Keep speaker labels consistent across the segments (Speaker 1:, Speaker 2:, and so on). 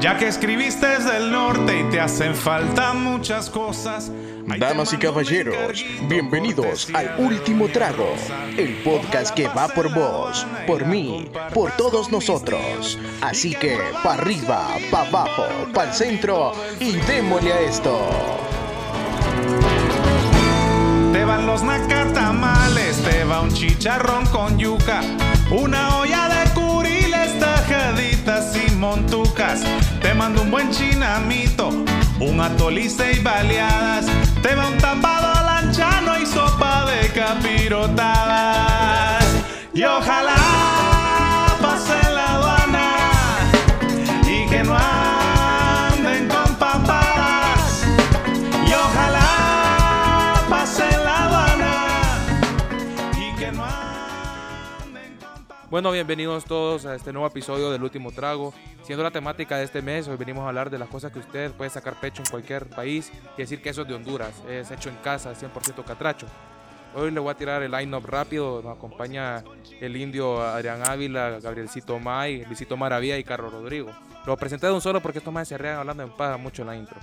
Speaker 1: Ya que escribiste desde el norte y te hacen falta muchas cosas. ahí te
Speaker 2: Damas y
Speaker 1: mando un
Speaker 2: caballeros,
Speaker 1: encarguito,
Speaker 2: bienvenidos al
Speaker 1: cortesía
Speaker 2: Último
Speaker 1: de
Speaker 2: Trago,
Speaker 1: Rosa.
Speaker 2: el podcast que va por vos, por mí, por todos nosotros. Así que pa' arriba, pa' abajo, pa' el centro y démosle a esto.
Speaker 1: Te van los nacatamales, te va un chicharrón con yuca, una olla de curiles, tajaditas y montucas. Te mando un buen chinamito, un atolice y baleadas. Te va un tapado lanchano y sopa de capirotadas. Y ojalá pase la aduana y que no anden con papadas. Y ojalá pase la aduana y que no anden con papadas.
Speaker 3: Bueno, bienvenidos todos a este nuevo episodio del Último Trago. Siendo la temática de este mes, hoy venimos a hablar de las cosas que usted puede sacar pecho en cualquier país y decir que eso es de Honduras, es hecho en casa, 100% catracho. Hoy le voy a tirar el line-up rápido, nos acompaña el indio Adrián Ávila, Gabrielcito May, Luisito Maravilla y Carlos Rodrigo. Lo presenté de un solo porque estos más se rean hablando en paz mucho en la intro.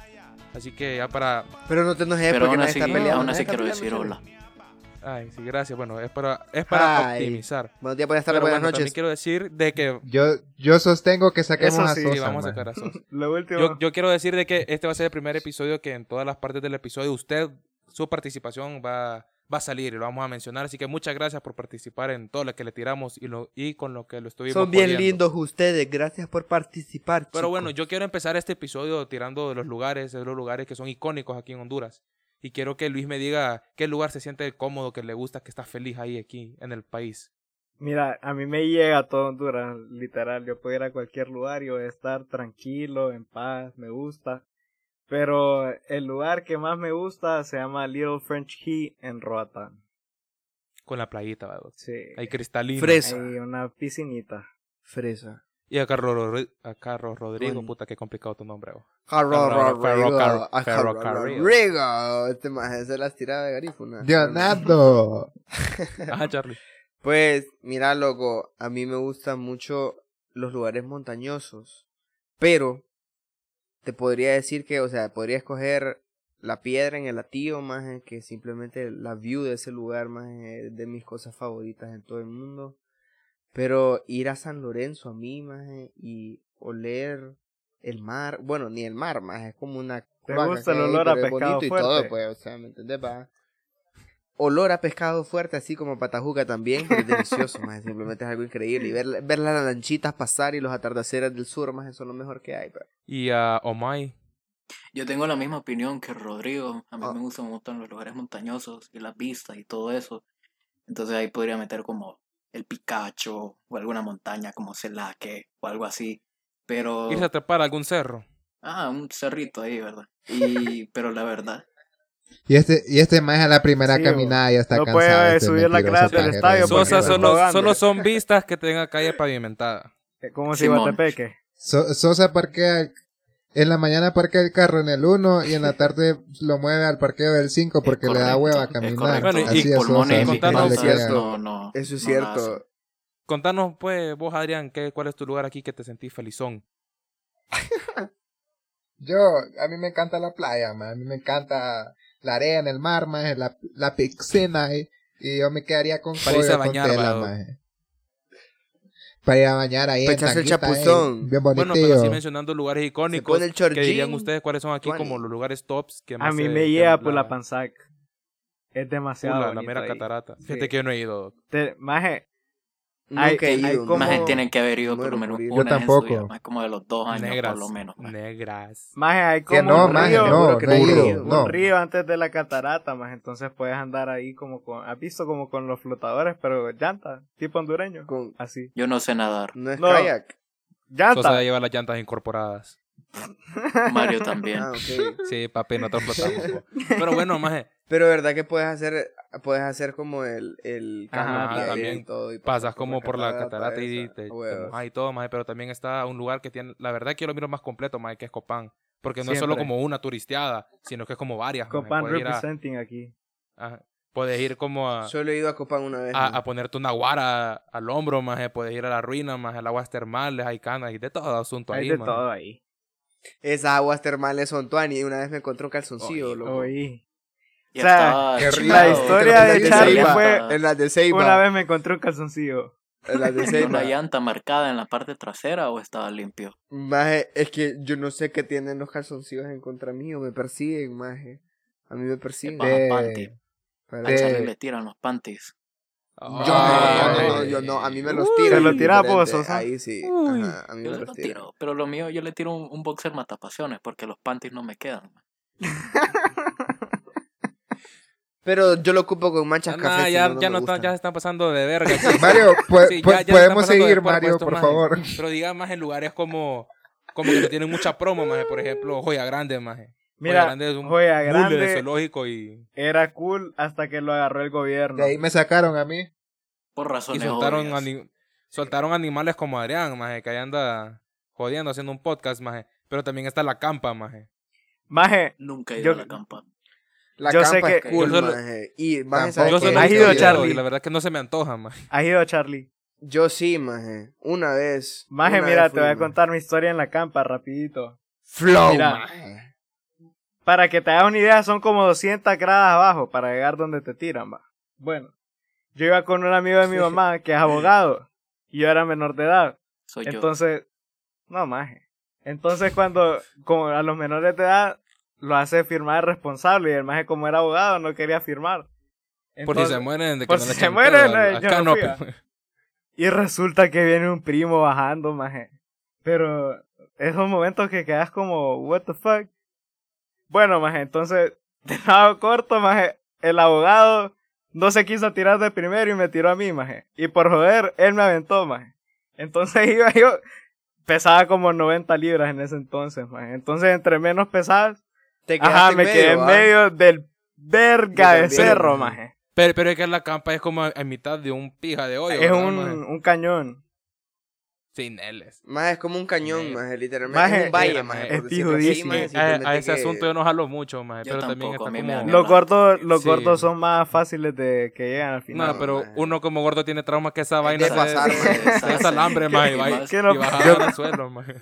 Speaker 3: Así que ya para
Speaker 4: Pero no te enojes
Speaker 5: Pero
Speaker 4: porque
Speaker 5: aún
Speaker 4: nadie
Speaker 5: así,
Speaker 4: está peleado.
Speaker 5: aún
Speaker 4: nadie
Speaker 5: así
Speaker 4: está
Speaker 5: quiero
Speaker 4: peleando,
Speaker 5: decir
Speaker 4: chavo.
Speaker 5: hola.
Speaker 3: Ay, sí, gracias. Bueno, es para, es para
Speaker 4: Ay.
Speaker 3: optimizar.
Speaker 4: Buenos días, buenas
Speaker 3: Pero
Speaker 4: tardes, buenas
Speaker 3: bueno, también
Speaker 4: noches.
Speaker 3: quiero decir de que
Speaker 6: Yo, yo sostengo que saquemos
Speaker 4: Eso
Speaker 6: a
Speaker 4: sí,
Speaker 3: sí,
Speaker 6: Sosa,
Speaker 3: vamos a
Speaker 6: man.
Speaker 3: sacar a Sosa.
Speaker 6: Lo último.
Speaker 3: Yo, yo quiero decir de que este va a ser el primer episodio que en todas las partes del episodio usted, su participación va, va a salir y lo vamos a mencionar. Así que muchas gracias por participar en todo lo que le tiramos y, lo, y con lo que lo estuvimos
Speaker 4: Son bien
Speaker 3: jodiendo.
Speaker 4: lindos ustedes, gracias por participar.
Speaker 3: Pero
Speaker 4: chicos.
Speaker 3: bueno, yo quiero empezar este episodio tirando de los lugares, de los lugares que son icónicos aquí en Honduras. Y quiero que Luis me diga qué lugar se siente cómodo, que le gusta, que está feliz ahí, aquí, en el país.
Speaker 7: Mira, a mí me llega todo Honduras, literal. Yo puedo ir a cualquier lugar y voy a estar tranquilo, en paz, me gusta. Pero el lugar que más me gusta se llama Little French Key en Roatán.
Speaker 3: Con la playita, ¿verdad?
Speaker 7: Sí.
Speaker 3: Ahí cristalino.
Speaker 4: fresa.
Speaker 7: Hay una piscinita.
Speaker 4: Fresa.
Speaker 3: Y a Carlos, Rodri- a Carlos Rodrigo,
Speaker 4: Bueno.
Speaker 3: puta, qué complicado tu nombre, vos.
Speaker 4: Carro-
Speaker 3: Ferro-
Speaker 4: Rodrigo,
Speaker 3: ferrocar-
Speaker 4: a Carro-
Speaker 3: ferrocarril.
Speaker 4: Rodrigo. Este más es las tiradas de garífuna.
Speaker 6: Leonardo.
Speaker 3: Ajá, Charlie.
Speaker 4: Pues, mira, loco, a mí me gustan mucho los lugares montañosos. Pero, te podría decir que, o sea, podría escoger la piedra en el latío, más eh, que simplemente la view de ese lugar, más eh, de mis cosas favoritas en todo el mundo. Pero ir a San Lorenzo a mí, más eh, y oler el mar, bueno, ni el mar, más es como una. cloaca
Speaker 7: gusta
Speaker 4: que
Speaker 7: el
Speaker 4: hay,
Speaker 7: olor a
Speaker 4: pero es
Speaker 7: pescado
Speaker 4: bonito
Speaker 7: fuerte?
Speaker 4: y todo, pues, o sea, ¿me entendés? Va olor a pescado fuerte, así como patajuca también, pero es delicioso, más simplemente es algo increíble. Y ver, ver las lanchitas pasar y los atardeceres del sur, más eso es lo mejor que hay. pues. pa.
Speaker 3: Y a Omay.
Speaker 5: Yo tengo la misma opinión que Rodrigo. A mí
Speaker 6: Oh.
Speaker 4: Ah.
Speaker 5: me gustan un montón los lugares montañosos y las vistas y todo eso. Entonces ahí podría meter como el Picacho o alguna montaña como Celaque o algo así. Pero.
Speaker 4: Oh.
Speaker 3: Irse a trepar a algún cerro.
Speaker 5: Ah, un cerrito ahí, ¿verdad? Y, pero la verdad,
Speaker 6: Y este, y este más a la primera
Speaker 7: Sí,
Speaker 6: caminada ya está
Speaker 7: no
Speaker 6: cansado.
Speaker 7: puede
Speaker 6: este
Speaker 7: subir la
Speaker 6: mentiroso
Speaker 7: cresta del
Speaker 6: pajero,
Speaker 7: estadio
Speaker 6: güey.
Speaker 7: porque
Speaker 3: Sosa,
Speaker 7: me
Speaker 3: solo,
Speaker 7: está dando.
Speaker 3: solo son vistas que tengan calle pavimentada.
Speaker 7: Eh, ¿Cómo se
Speaker 5: Simón.
Speaker 7: llama Tepeque?
Speaker 6: So- Sosa parquea. el- En la mañana parquea el carro en el 1 y en la tarde lo mueve al parqueo del 5 porque le da
Speaker 5: correcto,
Speaker 6: hueva a
Speaker 5: es
Speaker 6: caminar.
Speaker 5: correcto.
Speaker 3: Bueno, y
Speaker 6: Así es,
Speaker 5: pulmones
Speaker 6: Sosa.
Speaker 5: y
Speaker 6: así que
Speaker 3: contanos-
Speaker 6: le
Speaker 4: Es
Speaker 6: queda.
Speaker 4: cierto.
Speaker 5: no, no.
Speaker 4: Eso es
Speaker 5: no la
Speaker 4: cierto.
Speaker 5: hacen.
Speaker 3: Contanos, pues, vos, Adrián, ¿qué, ¿cuál es tu lugar aquí que te sentís felizón?
Speaker 6: Yo, a mí me encanta la playa, man. A mí me encanta la arena, el mar, man. La, la piscina. Y, y yo me quedaría con
Speaker 3: Para irse
Speaker 6: pollo,
Speaker 3: a bañar,
Speaker 6: con tela,
Speaker 3: va,
Speaker 6: man. Para ir a bañar ahí.
Speaker 4: Para
Speaker 6: en
Speaker 4: echarse el
Speaker 6: tanguita, ahí,
Speaker 4: chapuzón.
Speaker 6: bien bonito.
Speaker 3: Bueno, pero sí mencionando lugares
Speaker 4: Se
Speaker 3: icónicos.
Speaker 4: pone el
Speaker 3: que dirían
Speaker 4: chorjín.
Speaker 3: ustedes cuáles son aquí
Speaker 4: Juani.
Speaker 3: como los lugares tops que
Speaker 7: A
Speaker 3: más
Speaker 7: mí
Speaker 3: se-
Speaker 7: me
Speaker 3: que
Speaker 7: llega
Speaker 3: la-
Speaker 7: por la Panzac. Es demasiado.
Speaker 3: Pula, la
Speaker 7: bonito
Speaker 3: mera
Speaker 7: ahí.
Speaker 3: catarata.
Speaker 7: Sí.
Speaker 3: Fíjate que yo no he ido.
Speaker 7: Te- maje,
Speaker 4: Nunca
Speaker 7: Ay,
Speaker 4: he
Speaker 7: ay,
Speaker 4: ido,
Speaker 7: ¿cómo?
Speaker 5: Más
Speaker 4: no.
Speaker 5: gente tiene que haber ido por
Speaker 4: Muero
Speaker 5: lo menos
Speaker 4: por ir. Yo
Speaker 5: una vez en su vida,
Speaker 6: tampoco.
Speaker 5: más como de los dos años
Speaker 3: Negras.
Speaker 5: por lo menos. pues.
Speaker 7: pues.
Speaker 5: más.
Speaker 3: Negras.
Speaker 7: maje, hay como
Speaker 6: Que no,
Speaker 7: un
Speaker 6: maje,
Speaker 7: río,
Speaker 6: no,
Speaker 4: juro que
Speaker 6: no he
Speaker 4: no he
Speaker 6: ido,
Speaker 4: ido.
Speaker 7: un
Speaker 6: no.
Speaker 7: río antes de la catarata, más entonces puedes andar ahí como con, has visto como con los flotadores, pero llanta, tipo hondureño,
Speaker 4: Con-
Speaker 7: así.
Speaker 5: Yo no sé nadar.
Speaker 4: No es
Speaker 7: No.
Speaker 4: kayak.
Speaker 3: Sosa
Speaker 7: Llanta.
Speaker 3: lleva las llantas incorporadas.
Speaker 5: Mario también.
Speaker 4: Ah, ok.
Speaker 3: Sí, papi, nosotros flotamos. po. Pero bueno, maje,
Speaker 4: Pero verdad que puedes hacer, puedes hacer como el, el
Speaker 7: Ajá,
Speaker 4: canopy ahí
Speaker 3: también.
Speaker 4: y todo. y
Speaker 3: pasas como por la catarata y
Speaker 4: esa,
Speaker 3: te, te
Speaker 4: a huevos.
Speaker 3: mojas y todo, maje, pero también está un lugar que tiene, la verdad que yo lo miro más completo, maje, que es Copán, porque no es solo
Speaker 7: Siempre.
Speaker 3: como una turisteada, sino que es como varias. maje.
Speaker 7: Copan
Speaker 3: puedes, ir a,
Speaker 7: representing aquí.
Speaker 3: a- puedes ir como a,
Speaker 4: Solo he ido a Copán una vez.
Speaker 3: a-
Speaker 4: ¿no?
Speaker 3: a ponerte una guara al hombro, maje, puedes ir a la ruina, más al aguas termales, hay canas y de todo asunto
Speaker 7: Hay
Speaker 3: ahí,
Speaker 7: de
Speaker 3: maje.
Speaker 7: todo ahí.
Speaker 4: Esas aguas termales son tuani. Y una vez me encontré un calzoncillo, loco.
Speaker 7: Oí.
Speaker 5: Y
Speaker 7: O sea,
Speaker 5: estaba
Speaker 6: qué
Speaker 5: chingado.
Speaker 6: rico.
Speaker 7: La historia
Speaker 4: En
Speaker 7: de
Speaker 4: las
Speaker 7: Charlie
Speaker 4: Ceiba,
Speaker 7: fue.
Speaker 4: En las de Ceiba.
Speaker 7: Una vez me encontré un calzoncillo.
Speaker 4: En las de
Speaker 5: ¿Tenía
Speaker 4: Ceiba.
Speaker 5: una llanta marcada en la parte trasera o estaba limpio?
Speaker 4: Maje, es que yo no sé qué tienen los calzoncillos en contra mío, me persiguen, maje. A mí me persiguen.
Speaker 5: Baja
Speaker 6: Eh,
Speaker 5: panty.
Speaker 4: Pero-
Speaker 5: A Charlie le tiran los panties.
Speaker 4: No,
Speaker 6: Ah,
Speaker 4: no, no, no,
Speaker 6: eh.
Speaker 4: yo no, a mí me los
Speaker 7: Uy.
Speaker 4: tiran.
Speaker 7: Se lo tira a vos,
Speaker 4: diferente,
Speaker 7: Sosa.
Speaker 4: Ahí sí,
Speaker 7: Uy.
Speaker 4: ajá, a mí
Speaker 5: Yo
Speaker 4: me
Speaker 5: se
Speaker 4: los
Speaker 5: lo
Speaker 4: tiran.
Speaker 5: tiro, pero lo mío yo le tiro un, un boxer matapasiones porque los panties no me quedan.
Speaker 4: Pero yo lo ocupo con manchas café.
Speaker 3: Ah,
Speaker 4: si
Speaker 3: ya,
Speaker 4: no, no
Speaker 3: ya,
Speaker 4: me
Speaker 3: no están, ya
Speaker 4: gustan.
Speaker 3: se están pasando de verga. chicos.
Speaker 6: Mario, pu-
Speaker 3: Sí, ya-
Speaker 6: pu-
Speaker 3: ya se están
Speaker 6: podemos
Speaker 3: pasando de
Speaker 6: seguir,
Speaker 3: puerco
Speaker 6: Mario,
Speaker 3: estos
Speaker 6: por
Speaker 3: majes.
Speaker 6: favor.
Speaker 3: Pero diga más en lugares como, como que no tienen mucha promo, maje. Por ejemplo, Joya Grande, maje. Joya
Speaker 7: Mira,
Speaker 3: Grande es un
Speaker 7: Joya
Speaker 3: bulle de
Speaker 7: Grande
Speaker 3: zoológico y,
Speaker 7: era cool hasta que lo agarró el gobierno.
Speaker 6: De ahí me sacaron a mí.
Speaker 5: Por
Speaker 3: y
Speaker 5: razones
Speaker 3: soltaron,
Speaker 5: obvias.
Speaker 3: ani- soltaron animales como Adrián, maje, que ahí anda jodiendo haciendo un podcast, maje. Pero también está la campa, maje.
Speaker 7: Maje,
Speaker 5: Nunca he ido
Speaker 7: Yo-
Speaker 5: a la campa.
Speaker 4: La
Speaker 7: Yo
Speaker 4: campa
Speaker 7: sé
Speaker 4: es
Speaker 7: que-
Speaker 4: cool,
Speaker 3: yo solo-
Speaker 4: maje. Y maje,
Speaker 6: Tampoco
Speaker 4: ¿sabes
Speaker 3: Yo
Speaker 4: qué?
Speaker 3: solo
Speaker 7: ¿Has
Speaker 3: he
Speaker 7: ido,
Speaker 3: visto videos
Speaker 7: Charlie?
Speaker 3: Y la verdad es que no se me antoja, maje.
Speaker 7: has ido Charlie.
Speaker 4: Yo sí, maje. Una vez.
Speaker 7: Maje,
Speaker 4: una
Speaker 7: mira,
Speaker 4: vez
Speaker 7: te voy a
Speaker 4: fui, maje.
Speaker 7: contar mi historia en la campa, rapidito.
Speaker 4: Flow,
Speaker 7: Mira.
Speaker 4: maje.
Speaker 7: Para que te hagas una idea, son como 200 gradas abajo para llegar donde te tiran, va. Bueno, yo iba con un amigo de mi mamá que es abogado y yo era menor de edad.
Speaker 5: Soy yo.
Speaker 7: Entonces, no maje. Entonces cuando como a los menores de edad lo hace firmar el responsable y el maje como era abogado no quería firmar.
Speaker 3: Por si
Speaker 7: Entonces-
Speaker 3: se mueren. eh, De que
Speaker 7: por
Speaker 3: no
Speaker 7: si
Speaker 3: le
Speaker 7: se
Speaker 3: echen
Speaker 7: mueren,
Speaker 3: pedo al-
Speaker 7: no,
Speaker 3: al
Speaker 7: yo no
Speaker 3: canopy,
Speaker 7: fui a-
Speaker 3: maje.
Speaker 7: Y resulta que viene un primo bajando, maje. Pero esos momentos que quedas como, what the fuck. Bueno, maje, entonces, de lado corto, maje, el abogado no se quiso tirar de primero y me tiró a mí, maje. Y por joder, él me aventó, maje. Entonces iba yo, pesaba como 90 libras en ese entonces, maje. Entonces, entre menos pesabas,
Speaker 4: Te
Speaker 7: ajá,
Speaker 4: quedaste
Speaker 7: me quedé en
Speaker 4: ¿ah?
Speaker 7: medio del verga
Speaker 4: Yo
Speaker 7: de
Speaker 4: también,
Speaker 7: cerro,
Speaker 4: maje.
Speaker 7: maje.
Speaker 3: Pero, pero es que la campa es como en mitad de un pija de hoyo.
Speaker 7: Es
Speaker 3: ¿verdad,
Speaker 7: un,
Speaker 3: maje?
Speaker 7: un cañón.
Speaker 3: Sin L's.
Speaker 4: Maje, es como un cañón,
Speaker 3: Maje.
Speaker 4: maje, literalmente.
Speaker 7: Maje,
Speaker 4: es un valle,
Speaker 3: es-
Speaker 4: maje.
Speaker 7: es
Speaker 4: por decirlo así,
Speaker 7: pijudísimo.
Speaker 4: maje,
Speaker 7: Sí,
Speaker 3: Sí, a, a
Speaker 4: simplemente
Speaker 3: ese
Speaker 4: que-
Speaker 3: asunto yo no jalo mucho, maje.
Speaker 5: Yo
Speaker 3: pero también
Speaker 5: tampoco,
Speaker 3: está
Speaker 5: a mí
Speaker 3: como...
Speaker 5: me da miedo.
Speaker 7: Los gordos, los
Speaker 3: Sí.
Speaker 7: gordos son más fáciles de que llegan al final.
Speaker 3: No, pero
Speaker 4: maje.
Speaker 3: uno como gordo tiene trauma que esa vaina
Speaker 4: de
Speaker 3: se-
Speaker 4: pasar,
Speaker 3: se-
Speaker 4: maje,
Speaker 3: se desalambre, maje, y va y-
Speaker 7: ¿Qué no?
Speaker 3: y baja al suelo, maje.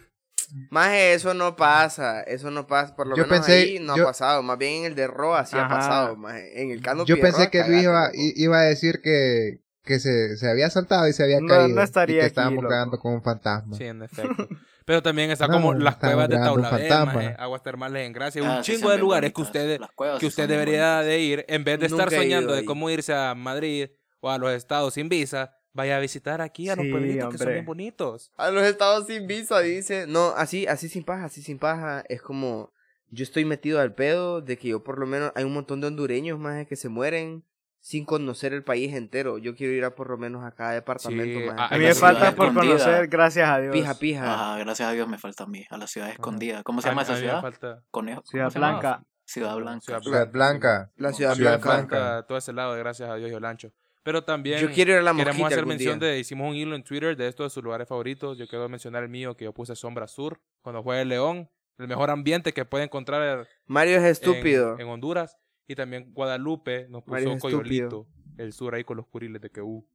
Speaker 4: Maje, eso no pasa, eso no pasa, por lo
Speaker 6: Yo
Speaker 4: menos
Speaker 6: pensé-
Speaker 4: ahí no
Speaker 6: yo-
Speaker 4: ha pasado, más bien en el de Roa sí ha
Speaker 7: Ajá.
Speaker 4: pasado, maje, en el Canopy
Speaker 6: Yo
Speaker 4: de
Speaker 6: pensé
Speaker 4: Roa,
Speaker 6: que
Speaker 4: cagate,
Speaker 6: Luis iba,
Speaker 4: loco.
Speaker 6: i- iba a decir que, que se, se había saltado y se había
Speaker 7: No,
Speaker 6: caído.
Speaker 7: no estaría
Speaker 6: y que
Speaker 7: aquí,
Speaker 6: estábamos
Speaker 7: loco.
Speaker 6: cagando con un fantasma.
Speaker 3: Sí, en efecto. Pero también está
Speaker 6: No,
Speaker 3: como las
Speaker 6: estamos
Speaker 3: cuevas de
Speaker 6: grabando un
Speaker 3: Taulabel,
Speaker 6: fantasma.
Speaker 3: maje, aguas termales en Gracia,
Speaker 5: Ah,
Speaker 3: un
Speaker 5: sí,
Speaker 3: chingo
Speaker 5: son
Speaker 3: de
Speaker 5: bien
Speaker 3: lugares que
Speaker 5: bonitas.
Speaker 3: usted,
Speaker 5: Las cuevas
Speaker 3: que
Speaker 5: sí
Speaker 3: usted
Speaker 5: son bien
Speaker 3: debería
Speaker 5: bonitas.
Speaker 3: de ir, en vez de estar
Speaker 4: Nunca he ido
Speaker 3: soñando de
Speaker 4: ahí.
Speaker 3: cómo irse a Madrid o a los estados sin visa, vaya a visitar aquí a los
Speaker 7: Sí,
Speaker 3: pueblitos que son
Speaker 7: hombre.
Speaker 3: bien bonitos.
Speaker 4: A los estados sin visa, dice, no, así, así sin paja, así sin paja, es como, yo estoy metido al pedo de que yo por lo menos, hay un montón de hondureños, maje, que se mueren sin conocer el país entero, yo quiero ir a por lo menos a cada departamento,
Speaker 3: Sí,
Speaker 4: maje,
Speaker 3: a-
Speaker 7: a
Speaker 4: cada
Speaker 7: mí me
Speaker 5: la
Speaker 4: ciudad.
Speaker 7: falta
Speaker 5: ciudad
Speaker 7: por
Speaker 5: escondida.
Speaker 7: conocer, gracias a Dios.
Speaker 4: Pija, pija.
Speaker 5: Ajá, gracias a Dios me falta a mí, a la ciudad escondida. ¿Cómo se
Speaker 3: A-
Speaker 5: llama
Speaker 3: a
Speaker 5: esa
Speaker 3: mí me
Speaker 5: ciudad?
Speaker 3: falta-
Speaker 5: Conejo. ¿cómo
Speaker 7: Ciudad
Speaker 5: se llama?
Speaker 7: Blanca.
Speaker 5: Ciudad Blanca.
Speaker 3: Ciudad
Speaker 6: Ciudad Blanca.
Speaker 4: La ciudad
Speaker 6: Ciudad
Speaker 4: blanca.
Speaker 6: Blanca.
Speaker 3: Blanca, todo ese lado, gracias a Dios y Olancho. Pero también
Speaker 4: Yo quiero ir a la mosquita
Speaker 3: queremos hacer
Speaker 4: algún
Speaker 3: mención
Speaker 4: día.
Speaker 3: de, hicimos un hilo en Twitter de estos de sus lugares favoritos. Yo quiero mencionar el mío, que yo puse Sombra Sur, cuando juega el León, el mejor ambiente que puede encontrar
Speaker 4: Mario es
Speaker 3: en,
Speaker 4: estúpido.
Speaker 3: en Honduras. Y también Guadalupe nos puso
Speaker 4: Mario es
Speaker 3: Coyolito,
Speaker 4: estúpido.
Speaker 3: el sur ahí con los curiles de que uh.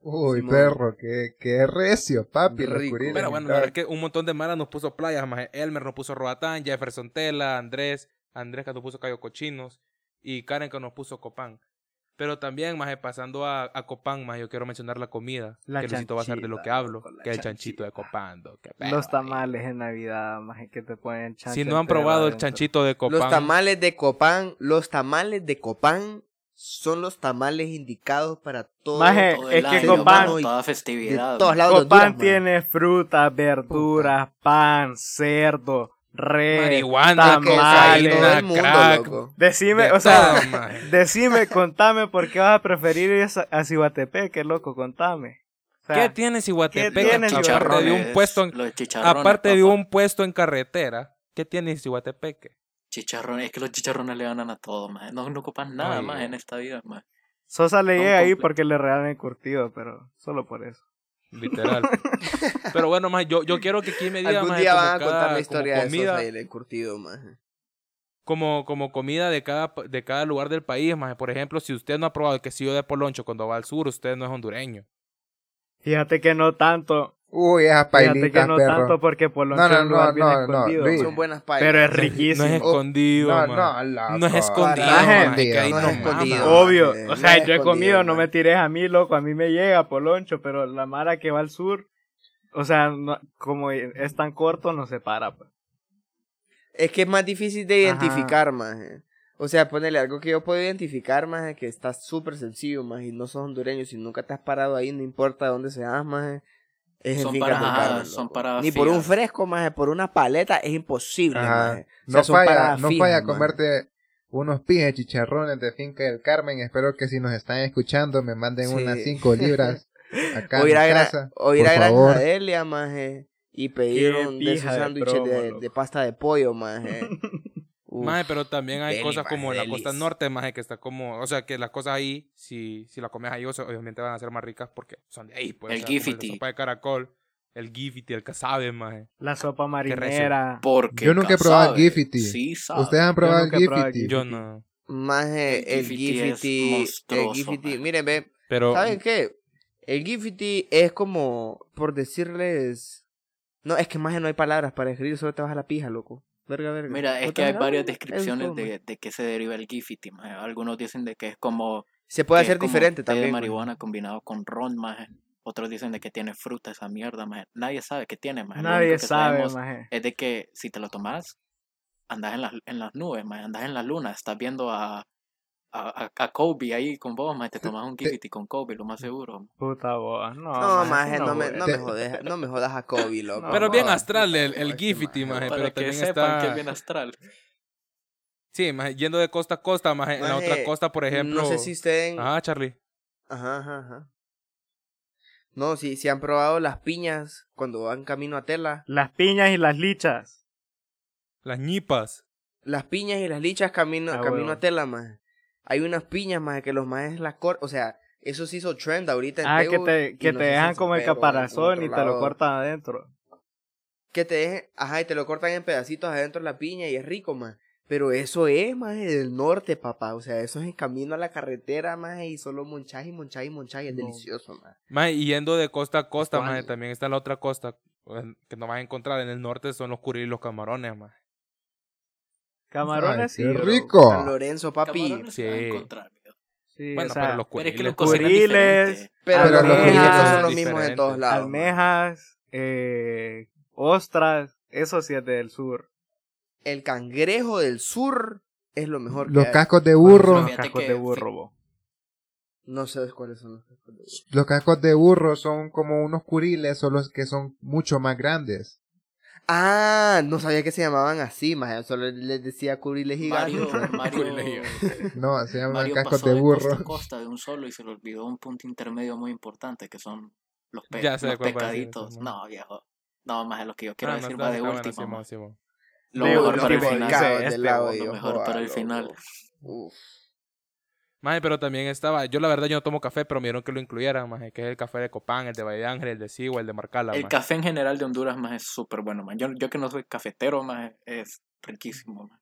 Speaker 6: Uy,
Speaker 4: Simón.
Speaker 6: perro, qué, qué recio, papi. los
Speaker 4: Rico.
Speaker 6: curiles,
Speaker 3: Pero bueno, la
Speaker 6: ¿sabes?
Speaker 3: verdad es que un montón de malas nos puso playas, maje. Elmer nos puso Roatán, Jefferson Tela, Andrés, Andrés que nos puso Cayo Cochinos y Karen que nos puso Copán. Pero también, maje, pasando a, a Copán, maje, yo quiero mencionar la comida.
Speaker 7: La
Speaker 3: que Luisito va a saber de lo que
Speaker 7: chanchita,
Speaker 3: hablo,
Speaker 7: loco, la
Speaker 3: que es el chanchito de
Speaker 7: chanchita.
Speaker 3: Copán. do, qué pedo,
Speaker 7: Los
Speaker 3: maje.
Speaker 7: tamales en Navidad, maje, que te ponen chancho
Speaker 3: Si no han
Speaker 7: entero
Speaker 3: probado el
Speaker 7: adentro.
Speaker 3: chanchito de Copán,
Speaker 4: Los tamales de Copán, los tamales de Copán son los tamales indicados para todo,
Speaker 7: Maje,
Speaker 5: Todo
Speaker 7: es
Speaker 5: el
Speaker 7: que
Speaker 5: año,
Speaker 7: Copán-
Speaker 5: mano, toda
Speaker 4: de
Speaker 3: eh,
Speaker 5: festividad.
Speaker 4: todos
Speaker 5: man.
Speaker 4: lados de Honduras,
Speaker 7: Copán
Speaker 4: man.
Speaker 7: tiene frutas, verduras, pan, cerdo, re,
Speaker 3: marihuana,
Speaker 7: tamales.
Speaker 4: Todo el
Speaker 3: cocaína,
Speaker 4: mundo,
Speaker 3: crack.
Speaker 4: loco.
Speaker 7: Decime,
Speaker 3: de
Speaker 7: o sea,
Speaker 3: todo, maje.
Speaker 7: decime, contame por qué vas a preferir ir a- a Cihuatepeque, loco, contame. O sea,
Speaker 3: ¿Qué tiene
Speaker 7: ¿Qué
Speaker 3: Cihuatepeque?
Speaker 7: tiene
Speaker 5: Los
Speaker 7: Cihuatepeque?
Speaker 3: Aparte de un
Speaker 5: chicharrones,
Speaker 3: puesto en,
Speaker 5: los chicharrones,
Speaker 3: aparte de
Speaker 5: papá.
Speaker 3: un puesto en carretera, ¿qué tiene Cihuatepeque?
Speaker 5: Chicharrones, es que los chicharrones le ganan a todo, man. No, no ocupan nada
Speaker 3: Oye.
Speaker 5: más en esta vida, man.
Speaker 7: Sosa le
Speaker 5: Son
Speaker 7: llega ahí
Speaker 5: comple-
Speaker 7: porque le regalan el curtido, pero solo por eso.
Speaker 3: Literal. Pero bueno, más yo, yo quiero que aquí me diga
Speaker 4: Algún
Speaker 3: más
Speaker 4: día
Speaker 3: como,
Speaker 4: van a contar
Speaker 3: cada-
Speaker 4: la
Speaker 3: como
Speaker 4: historia de
Speaker 3: comida,
Speaker 4: Sosa y el encurtido, maje.
Speaker 3: como, como comida de cada, pa- de cada lugar del país, más por ejemplo, si usted no ha probado el quesillo de poloncho cuando va al sur, usted no es hondureño.
Speaker 7: Fíjate que no tanto.
Speaker 6: Uy, esas
Speaker 7: Fíjate que
Speaker 6: pailitas,
Speaker 7: no
Speaker 6: perro.
Speaker 7: tanto porque por lo
Speaker 6: No,
Speaker 7: menos
Speaker 6: no,
Speaker 7: un lugar
Speaker 6: no,
Speaker 7: bien
Speaker 6: no, no,
Speaker 7: escondido.
Speaker 6: Luis.
Speaker 4: Son buenas pailas.
Speaker 7: pero es
Speaker 3: No
Speaker 7: riquísimo.
Speaker 3: es escondido,
Speaker 6: No,
Speaker 3: man.
Speaker 6: Oh, no, loco.
Speaker 3: No es escondido,
Speaker 4: No es
Speaker 3: man,
Speaker 6: escondido,
Speaker 3: que ahí
Speaker 6: no es
Speaker 3: no maman.
Speaker 4: escondido.
Speaker 7: Obvio,
Speaker 4: Eh,
Speaker 7: o sea,
Speaker 4: no
Speaker 7: yo he comido,
Speaker 4: escondido,
Speaker 7: no
Speaker 4: man.
Speaker 7: me tires a mí, loco, a mí me llega, Poloncho, pero la mara que va al sur, o sea, no- como es tan corto, no se para. pues.
Speaker 4: Es que es más difícil de
Speaker 7: Ajá.
Speaker 4: identificar, maje. O sea, ponerle algo que yo puedo identificar, maje, que está súper sencillo, maje, y no sos hondureño, si nunca te has parado ahí, no importa de dónde seas, maje. Es en
Speaker 5: Son
Speaker 4: finca
Speaker 5: paradas,
Speaker 4: del Carmen,
Speaker 5: son
Speaker 4: loco.
Speaker 5: paradas
Speaker 4: Ni por un
Speaker 5: fijas.
Speaker 4: fresco, maje, por una paleta, es imposible,
Speaker 6: Ajá.
Speaker 4: maje. O sea,
Speaker 6: No
Speaker 4: son
Speaker 6: falla,
Speaker 4: paradas
Speaker 6: no
Speaker 4: fijas,
Speaker 6: falla
Speaker 4: maje.
Speaker 6: comerte unos pijes chicharrones de Finca del Carmen. Espero que si nos están escuchando me manden
Speaker 4: Sí.
Speaker 6: unas 5 libras acá
Speaker 4: O
Speaker 6: en
Speaker 4: ir a,
Speaker 6: mi
Speaker 4: Gra-
Speaker 6: casa.
Speaker 4: o ir a
Speaker 6: por
Speaker 4: Granja
Speaker 6: favor.
Speaker 4: Delia, maje, y pedir
Speaker 7: Qué
Speaker 4: un de
Speaker 7: pija
Speaker 4: esos
Speaker 7: de
Speaker 4: sándwiches
Speaker 7: promo,
Speaker 4: de,
Speaker 7: loco.
Speaker 4: de pasta de pollo, maje. Uf.
Speaker 3: Maje, pero también hay
Speaker 4: Deli,
Speaker 3: cosas
Speaker 4: maje,
Speaker 3: como en la
Speaker 4: delis.
Speaker 3: costa norte, maje, que está como, o sea, que las cosas ahí, si, si las comes ahí, o sea, obviamente van a ser más ricas porque son de ahí, pues. o
Speaker 5: El
Speaker 3: sea, como
Speaker 5: gifiti.
Speaker 3: La sopa de caracol, el gifiti, el casabe, maje.
Speaker 7: La sopa marinera.
Speaker 5: Porque
Speaker 6: Yo nunca he probado el Gifiti.
Speaker 5: Sí, sabe.
Speaker 6: Ustedes han probado el
Speaker 7: nunca he probado el
Speaker 6: Gifiti.
Speaker 3: Yo no.
Speaker 4: Maje,
Speaker 5: El
Speaker 4: el
Speaker 5: Gifiti es
Speaker 4: Gifiti, el
Speaker 5: monstruoso,
Speaker 4: Gifiti,
Speaker 5: maje.
Speaker 4: miren, ve,
Speaker 3: Pero
Speaker 4: ¿Saben qué? El Gifty es como, por decirles... No, es que más no hay palabras para escribir, solo te vas a la pija, loco. Verga, verga.
Speaker 5: Mira, es
Speaker 4: No
Speaker 5: que
Speaker 4: te
Speaker 5: hay
Speaker 4: vas a la
Speaker 5: varias
Speaker 4: verga.
Speaker 5: descripciones
Speaker 4: Eso, man.
Speaker 5: de, de qué se deriva el Gifiti, maje. Algunos dicen de que es como...
Speaker 4: Se puede
Speaker 5: que es
Speaker 4: hacer
Speaker 5: como
Speaker 4: diferente
Speaker 5: té de
Speaker 4: también. güey.
Speaker 5: marihuana combinado con ron, maje. Otros dicen de que tiene fruta esa mierda, maje. Nadie sabe qué tiene, maje. Lo único
Speaker 7: Nadie
Speaker 5: que
Speaker 7: sabe,
Speaker 5: sabemos
Speaker 7: maje.
Speaker 5: es de que si te lo tomas, andas en las, en las nubes, maje. Andas en la luna, estás viendo a... A, a- a Kobe ahí con vos, maje. te tomas un Gifiti con Kobe, lo más seguro.
Speaker 7: Puta boa. No,
Speaker 4: No, maje,
Speaker 7: maje,
Speaker 4: no me,
Speaker 7: güey.
Speaker 4: no me jodas, no me jodas a Kobe, loco.
Speaker 7: No,
Speaker 3: Pero
Speaker 7: no,
Speaker 3: bien
Speaker 7: no,
Speaker 3: astral el, el
Speaker 4: Ay,
Speaker 3: Gifiti,
Speaker 4: maje.
Speaker 3: maje,
Speaker 5: Para
Speaker 3: pero
Speaker 5: que
Speaker 3: también
Speaker 5: sepan que es
Speaker 3: está...
Speaker 5: bien astral.
Speaker 3: Sí, maje, yendo de costa a costa, maje, en la
Speaker 4: Maje,
Speaker 3: otra costa, por ejemplo...
Speaker 4: No sé si ustedes... Ajá,
Speaker 3: Ah, Charlie.
Speaker 4: ajá, ajá. No, si, si han probado las piñas cuando van camino a tela.
Speaker 7: Las piñas y las lichas.
Speaker 3: Las ñipas.
Speaker 4: las piñas y las lichas camino,
Speaker 7: Ah,
Speaker 4: camino
Speaker 7: huevo.
Speaker 4: a tela, más. Hay unas piñas, más que los maes las cortan. O sea, eso se hizo trend ahorita en
Speaker 7: Ah, que
Speaker 4: Tegu,
Speaker 7: te,
Speaker 4: y
Speaker 7: que
Speaker 4: no
Speaker 7: te
Speaker 4: sé si en
Speaker 7: dejan como el
Speaker 4: San Pedro o en
Speaker 7: caparazón
Speaker 4: otro
Speaker 7: y te lo
Speaker 4: lado.
Speaker 7: cortan adentro.
Speaker 4: Que te dejen, ajá, y te lo cortan en pedacitos adentro de la piña y es rico, más. Pero eso es, más del norte, papá. O sea, eso es en camino a la carretera, más, y solo monchás y monchás y monchás y es
Speaker 7: No.
Speaker 4: delicioso, más.
Speaker 3: Maje, y yendo de costa a costa, maje,
Speaker 4: Estuaño.
Speaker 3: también está la otra costa en- que no vas a encontrar en el norte, son los curiles y los camarones, maje.
Speaker 7: Camarones
Speaker 6: Ay,
Speaker 7: sí.
Speaker 6: qué
Speaker 7: bro.
Speaker 4: San
Speaker 6: rico.
Speaker 4: Lorenzo, papi.
Speaker 5: Camarones se van a
Speaker 3: sí.
Speaker 5: encontrar, viejo.
Speaker 7: Sí,
Speaker 3: Bueno,
Speaker 7: o sea,
Speaker 3: pero los
Speaker 5: Pero es
Speaker 3: curiles...
Speaker 5: que los
Speaker 7: curiles,
Speaker 5: cocinan diferente.
Speaker 4: Pero,
Speaker 6: Pero
Speaker 4: los
Speaker 6: los
Speaker 4: curiles
Speaker 7: curiles
Speaker 4: son los
Speaker 7: son
Speaker 4: mismos en
Speaker 3: diferentes.
Speaker 4: todos lados. maje.
Speaker 7: almejas, eh, ostras, eso sí es del sur.
Speaker 4: El cangrejo del sur es lo mejor que
Speaker 6: Los
Speaker 4: hay.
Speaker 6: cascos de burro,
Speaker 7: Los cascos de burro, bo.
Speaker 4: No sé cuáles son los cascos de burro.
Speaker 6: los cascos de burro son como unos curiles, son los que son mucho más grandes.
Speaker 4: Ah, no sabía que se llamaban así, más solo les decía curiles gigantes.
Speaker 5: Mario, Mario,
Speaker 6: No, se llaman
Speaker 5: Mario
Speaker 6: cascos
Speaker 5: pasó
Speaker 6: de
Speaker 5: de costa
Speaker 6: burro.
Speaker 5: a costa de un solo y se le olvidó un punto intermedio muy importante que son los, pe-
Speaker 3: Ya sé
Speaker 5: los
Speaker 3: cuál va a decir
Speaker 5: pecaditos.
Speaker 3: eso, ¿no?
Speaker 5: no, viejo. No, más de lo que yo
Speaker 3: Ah,
Speaker 5: quiero
Speaker 3: no,
Speaker 5: decir
Speaker 3: está-
Speaker 5: va de
Speaker 3: ah, bueno,
Speaker 5: último.
Speaker 3: sí,
Speaker 5: ma.
Speaker 3: mo, sí, mo.
Speaker 5: Lo
Speaker 7: De
Speaker 5: mejor
Speaker 7: último,
Speaker 5: para el
Speaker 7: dice
Speaker 5: final.
Speaker 7: este,
Speaker 4: del
Speaker 7: este,
Speaker 4: lado,
Speaker 5: Lo
Speaker 4: yo,
Speaker 5: mejor para el
Speaker 4: joda,
Speaker 5: final.
Speaker 4: loco. Uf.
Speaker 3: Maje, pero también estaba... Yo la verdad yo no tomo café, pero me dieron que lo incluyeran, maje, que es el café de Copán, el de Valle de Ángel, el de Sigua, el de Marcala,
Speaker 5: El
Speaker 3: maje.
Speaker 5: café en general de Honduras más es súper bueno, man. Yo, yo que no soy cafetero más es riquísimo, man.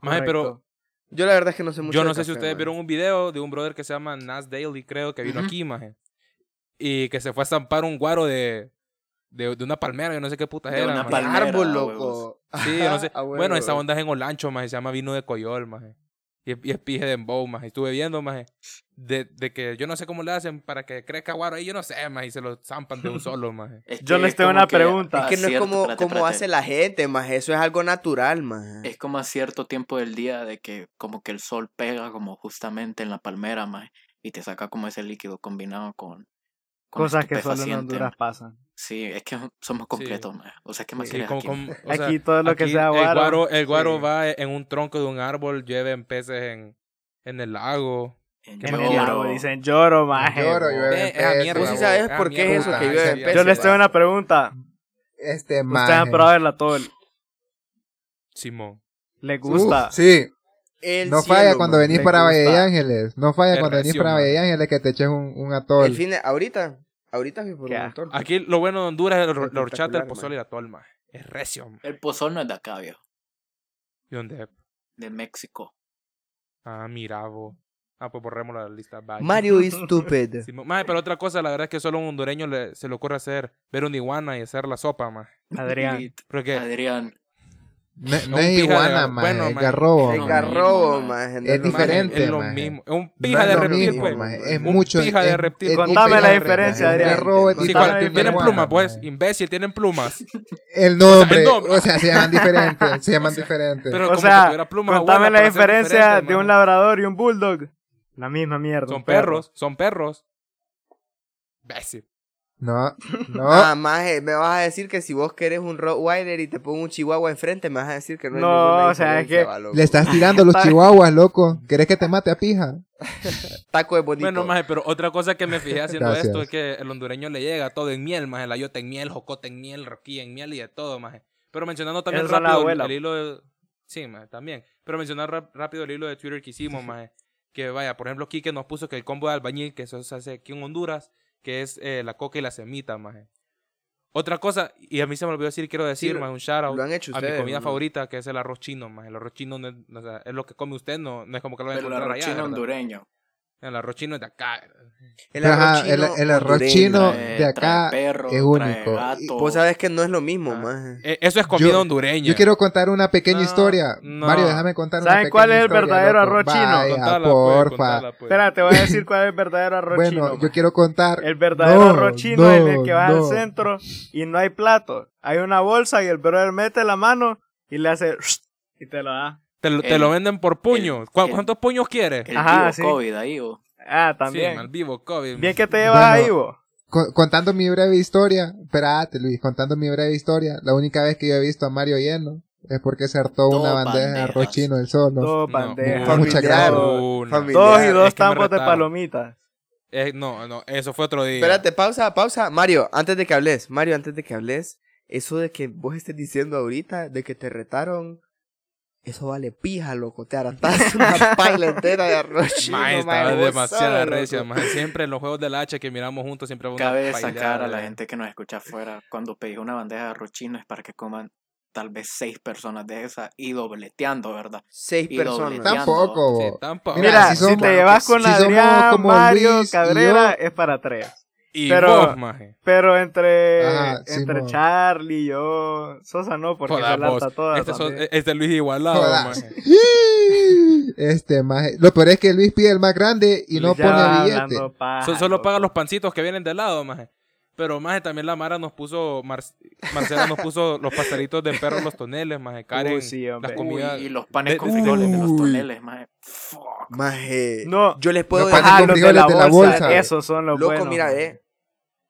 Speaker 3: Maje, pero
Speaker 7: Correcto.
Speaker 4: Yo la verdad es que no sé mucho.
Speaker 3: Yo
Speaker 4: de
Speaker 3: no sé si
Speaker 4: café,
Speaker 3: ustedes
Speaker 4: maje.
Speaker 3: vieron un video de un brother que se llama Nas Daily, creo, que vino
Speaker 5: Ujú.
Speaker 3: aquí, maje. Y que se fue a zampar un guaro de, de, de una palmera, yo no sé qué puta
Speaker 5: De
Speaker 3: era.
Speaker 5: una
Speaker 3: maje.
Speaker 5: palmera.
Speaker 4: árbol,
Speaker 5: a
Speaker 4: loco.
Speaker 5: huevos.
Speaker 3: Sí, yo no sé.
Speaker 4: Ah, huevo.
Speaker 3: bueno, esa onda es en Olancho, maje, se llama Vino de Coyol, maje. Y, es- y es pije de Embow, maje. Estuve viendo, maje, de, de que yo no sé cómo le hacen para que crezca guaro ahí, yo no sé, maje, y se lo zampan de un solo, maje.
Speaker 5: Es
Speaker 7: Yo
Speaker 5: que
Speaker 7: les
Speaker 5: es
Speaker 7: tengo
Speaker 5: como
Speaker 7: una
Speaker 5: que
Speaker 7: pregunta.
Speaker 4: Es
Speaker 5: a
Speaker 4: que no es
Speaker 5: cierto-
Speaker 4: como,
Speaker 5: espérate,
Speaker 4: como
Speaker 5: espérate.
Speaker 4: hace la gente, más eso es algo natural, más.
Speaker 5: Es como a cierto tiempo del día de que como que el sol pega como justamente en la palmera, más y te saca como ese líquido combinado con, con
Speaker 7: Cosas que solo en
Speaker 5: estupefaciente,
Speaker 7: Honduras
Speaker 5: ma.
Speaker 7: pasan.
Speaker 5: Sí, es que somos completos, ma. O sea, ¿qué más
Speaker 3: Sí,
Speaker 5: quieres
Speaker 3: como-
Speaker 5: Pues aquí, ma?
Speaker 3: como- o sea,
Speaker 7: aquí todo lo que
Speaker 3: aquí
Speaker 7: sea
Speaker 3: El
Speaker 7: guaro,
Speaker 3: guaro, el guaro
Speaker 7: sí.
Speaker 3: va en un tronco de un árbol, lleven peces en, en el lago.
Speaker 5: En
Speaker 3: Qué
Speaker 7: En
Speaker 3: mejor.
Speaker 7: el
Speaker 5: Yoro.
Speaker 7: lago dicen lloro, maje.
Speaker 6: Lloro,
Speaker 7: bo.
Speaker 6: llueve
Speaker 3: Eh, ah,
Speaker 6: peces.
Speaker 3: mierda,
Speaker 4: ¿Vos sí
Speaker 3: bo.
Speaker 4: sabes
Speaker 3: Ah,
Speaker 4: por qué es eso
Speaker 3: mierda,
Speaker 4: que
Speaker 3: ah,
Speaker 4: llueve
Speaker 3: sí,
Speaker 4: en
Speaker 3: ya.
Speaker 4: peces,
Speaker 7: Yo les tengo una pregunta.
Speaker 6: Este
Speaker 7: ¿Ustedes han
Speaker 6: maje.
Speaker 7: probado el atol?
Speaker 3: Simón.
Speaker 7: ¿Les
Speaker 6: Uf,
Speaker 7: gusta?
Speaker 6: sí,
Speaker 4: El
Speaker 6: no
Speaker 4: cielo,
Speaker 6: falla cuando
Speaker 4: maje.
Speaker 6: venís
Speaker 7: Me
Speaker 6: para Valle de
Speaker 7: gusta.
Speaker 6: Ángeles. No falla
Speaker 3: Es
Speaker 6: cuando venís
Speaker 3: recio,
Speaker 6: para
Speaker 3: maje.
Speaker 6: Valle de Ángeles que te eches un, un atol.
Speaker 4: El fin de- ahorita, ahorita fui por
Speaker 7: Qué
Speaker 4: un
Speaker 7: asco.
Speaker 4: montón.
Speaker 3: Aquí lo bueno de Honduras es el- la horchata,
Speaker 4: Espectacular,
Speaker 3: el pozole y la tolma. Es recio. man.
Speaker 5: El pozol no es de acá, viejo,
Speaker 3: ¿Y dónde?
Speaker 5: de México.
Speaker 3: Ah, mirabo. Ah, pues borremos la lista. Bye.
Speaker 4: Mario is stupid.
Speaker 3: Sí, mo- mae, pero otra cosa, la verdad es que solo a un hondureño le- se le ocurre hacer ver una iguana y hacer la sopa, más.
Speaker 7: Adrián.
Speaker 5: Lit.
Speaker 3: Porque
Speaker 5: Adrián.
Speaker 6: No, no
Speaker 3: un pija
Speaker 6: es
Speaker 3: de
Speaker 6: iguana,
Speaker 3: gar-
Speaker 6: ma,
Speaker 3: bueno,
Speaker 6: es
Speaker 3: ma.
Speaker 6: garrobo.
Speaker 4: El
Speaker 5: no,
Speaker 6: ma.
Speaker 4: garrobo,
Speaker 5: no,
Speaker 4: más.
Speaker 6: es diferente,
Speaker 3: es lo
Speaker 6: mae.
Speaker 3: mismo. Es un
Speaker 6: No
Speaker 3: pija
Speaker 6: es
Speaker 3: de
Speaker 6: lo
Speaker 3: reptil,
Speaker 6: mismo,
Speaker 3: pues.
Speaker 6: ma, Es
Speaker 3: Un
Speaker 6: mucho.
Speaker 3: pija
Speaker 6: es-
Speaker 3: de reptil.
Speaker 6: es
Speaker 7: Contame la
Speaker 6: diferente,
Speaker 7: diferencia,
Speaker 6: ma, es un
Speaker 7: Adrián.
Speaker 6: garrobo es
Speaker 3: Sí,
Speaker 6: diferente
Speaker 7: Contame
Speaker 3: cual-
Speaker 6: a una
Speaker 3: tienen
Speaker 6: iguana,
Speaker 3: plumas,
Speaker 6: ma.
Speaker 3: pues. Imbécil, tienen plumas.
Speaker 6: El nombre.
Speaker 3: el nombre.
Speaker 6: O sea, se llaman diferentes. Se llaman diferentes.
Speaker 3: Pero
Speaker 7: O
Speaker 3: como que
Speaker 7: sea,
Speaker 3: tuviera plumas
Speaker 7: contame
Speaker 3: abuela
Speaker 7: la
Speaker 3: para ser
Speaker 7: diferencia
Speaker 3: diferente,
Speaker 7: de un
Speaker 3: mae.
Speaker 7: labrador y un bulldog. La misma mierda.
Speaker 3: Son
Speaker 7: un perro.
Speaker 3: perros, son perros. Imbécil.
Speaker 6: No, no.
Speaker 4: Ah, maje, me vas a decir que si vos querés un Rottweiler y te pongo un Chihuahua enfrente, me vas a decir que no hay
Speaker 7: No,
Speaker 4: ninguna
Speaker 7: o sea,
Speaker 4: diferencia,
Speaker 7: es que-
Speaker 4: va, loco.
Speaker 6: Le estás tirando los chihuahuas, loco. ¿Querés que te mate a pija?
Speaker 4: Taco es bonito.
Speaker 3: Bueno, maje, pero otra cosa que me fijé haciendo
Speaker 6: Gracias.
Speaker 3: esto es que el hondureño le llega todo en miel, maje. La yota en miel, jocote en miel, roquilla en miel y de todo, maje. Pero mencionando también
Speaker 7: Esas son las
Speaker 3: rápido el,
Speaker 7: abuelas.
Speaker 3: el hilo de... Sí, maje, también. Pero mencionar rap- rápido el hilo de Twitter que hicimos, maje. Que vaya, por ejemplo, Kike nos puso que el combo de albañil, que eso se hace aquí en Honduras, que es eh, la coca y la semita, maje. Otra cosa, y a mí se me olvidó decir, quiero decir,
Speaker 4: lo-
Speaker 3: maje, un shout out.
Speaker 4: Lo han hecho
Speaker 3: a mi
Speaker 4: ustedes.
Speaker 3: comida
Speaker 4: ¿no?
Speaker 3: favorita, que es el arroz chino, maje. El arroz chino no es, o sea, es lo que come usted, no, no es como que lo va a
Speaker 5: Pero el
Speaker 3: encontrar allá,
Speaker 5: arroz chino
Speaker 3: ¿verdad?
Speaker 5: hondureño.
Speaker 3: El arroz chino es de acá, ¿verdad?
Speaker 4: El
Speaker 6: Pero,
Speaker 4: arroz
Speaker 6: ajá,
Speaker 4: chino.
Speaker 6: el- el arroz
Speaker 4: hondureño.
Speaker 6: chino-
Speaker 5: Trae-
Speaker 6: de acá
Speaker 5: trae perro,
Speaker 6: es
Speaker 5: trae
Speaker 6: único.
Speaker 5: gato.
Speaker 7: Pues,
Speaker 4: Vos sabés que no es lo mismo,
Speaker 3: Ah.
Speaker 4: maje.
Speaker 3: Eh, Eso es comida
Speaker 6: Yo-
Speaker 3: hondureña.
Speaker 6: Yo quiero contar una pequeña
Speaker 3: No,
Speaker 6: historia.
Speaker 3: no.
Speaker 6: Mario, déjame contar una
Speaker 7: ¿Saben
Speaker 6: pequeña
Speaker 7: cuál es el
Speaker 6: historia,
Speaker 7: verdadero
Speaker 6: loco.
Speaker 7: arroz chino?
Speaker 6: Vaya,
Speaker 3: Contala, pues,
Speaker 6: porfa.
Speaker 3: contala, pues.
Speaker 7: Espera, te voy a decir cuál es el verdadero arroz
Speaker 6: bueno,
Speaker 7: chino. mae.
Speaker 6: yo quiero contar.
Speaker 7: El verdadero
Speaker 6: No,
Speaker 7: arroz chino
Speaker 6: no,
Speaker 7: es el que va
Speaker 6: no.
Speaker 7: al centro y no hay plato. Hay una bolsa y el brother mete la mano y le hace y te lo da.
Speaker 3: Te, lo- te
Speaker 5: El-
Speaker 3: lo venden por puño.
Speaker 5: el-
Speaker 3: ¿Cu-
Speaker 5: el-
Speaker 3: ¿Cuántos puños quieres?
Speaker 5: El
Speaker 7: Ajá,
Speaker 5: tío
Speaker 7: sí.
Speaker 5: COVID ahí, vos.
Speaker 7: Ah,
Speaker 3: Sí,
Speaker 7: también.
Speaker 3: mal vivo, COVID.
Speaker 7: Bien que te llevas
Speaker 6: Bueno.
Speaker 7: ahí, vos.
Speaker 6: Co- contando mi breve historia. Espérate, Luis, contando mi breve historia. La única vez que yo he visto a Mario lleno es porque se hartó
Speaker 5: Dos
Speaker 6: una bandeja de
Speaker 5: banderas.
Speaker 6: arroz chino él solo.
Speaker 7: Dos
Speaker 3: No,
Speaker 7: bandejas.
Speaker 6: Por muchas
Speaker 4: Familiar,
Speaker 6: gracias.
Speaker 3: Una.
Speaker 4: familiar.
Speaker 7: Dos y
Speaker 4: Es
Speaker 7: dos
Speaker 3: que me
Speaker 7: tambos de
Speaker 3: retaron.
Speaker 7: palomitas.
Speaker 3: Eh, no, no, eso fue otro día.
Speaker 4: Espérate, pausa, pausa. Mario, antes de que hables, Mario, antes de que hables, eso de que vos estés diciendo ahorita de que te retaron, eso vale pija, loco. Te hartaste una paila entera de arroz chino.
Speaker 3: Mae, estaba
Speaker 4: mae, vos
Speaker 3: demasiada
Speaker 4: sabes,
Speaker 3: recia,
Speaker 4: loco.
Speaker 3: mae. Siempre en los juegos del hacha que miramos juntos, siempre hubo una
Speaker 5: Cabe
Speaker 3: paileada,
Speaker 5: sacar a la
Speaker 3: eh.
Speaker 5: gente que nos escucha afuera. Cuando pedís una bandeja de arroz chino es para que coman tal vez seis personas de esa y dobleteando, ¿verdad?
Speaker 4: Seis
Speaker 5: Y
Speaker 4: personas.
Speaker 5: doble.
Speaker 6: Tampoco.
Speaker 3: Sí,
Speaker 6: bo.
Speaker 3: tampoco.
Speaker 6: Mira,
Speaker 7: Mira,
Speaker 6: si
Speaker 7: si,
Speaker 6: somos-
Speaker 7: te llevas con
Speaker 6: si somos
Speaker 7: Adrián,
Speaker 6: como
Speaker 7: Mario,
Speaker 6: Luis y
Speaker 7: Cabrera,
Speaker 6: yo-
Speaker 7: es para tres.
Speaker 3: y
Speaker 7: pero-
Speaker 3: vos, maje.
Speaker 7: Pero entre,
Speaker 6: Ajá, sí,
Speaker 7: entre
Speaker 6: mo.
Speaker 7: Charlie y yo, Sosa no, porque
Speaker 3: Joda,
Speaker 7: se lanza
Speaker 3: vos.
Speaker 7: toda.
Speaker 3: Este, son-
Speaker 6: eh,
Speaker 7: también.
Speaker 3: este Luis Igualado,
Speaker 6: Joda.
Speaker 3: maje.
Speaker 6: Este maje. Lo peor es que Luis pide el más grande y no
Speaker 7: Ya va
Speaker 6: pone billete.
Speaker 7: hablando paja,
Speaker 3: So- solo
Speaker 7: loco.
Speaker 3: paga los pancitos que vienen de helado, maje. Pero, maje, también la Mara nos puso, Mar- Marcela nos puso los pastelitos de perro en los toneles, maje. Karen,
Speaker 7: Uy, sí, hombre.
Speaker 3: las
Speaker 5: Uy,
Speaker 3: comidas.
Speaker 5: y los panes
Speaker 3: de-
Speaker 5: con frijoles de los
Speaker 6: Uy.
Speaker 5: toneles, mae. Fuck.
Speaker 4: Maje,
Speaker 7: No.
Speaker 4: yo les puedo
Speaker 6: No,
Speaker 4: dejar
Speaker 6: panes
Speaker 7: Ajá,
Speaker 6: con
Speaker 7: Ah, los de
Speaker 6: frijoles
Speaker 7: la,
Speaker 6: de la
Speaker 7: bolsa,
Speaker 6: bolsa.
Speaker 7: Esos son los
Speaker 4: Loco,
Speaker 7: buenos.
Speaker 4: mira,
Speaker 7: man.
Speaker 4: eh.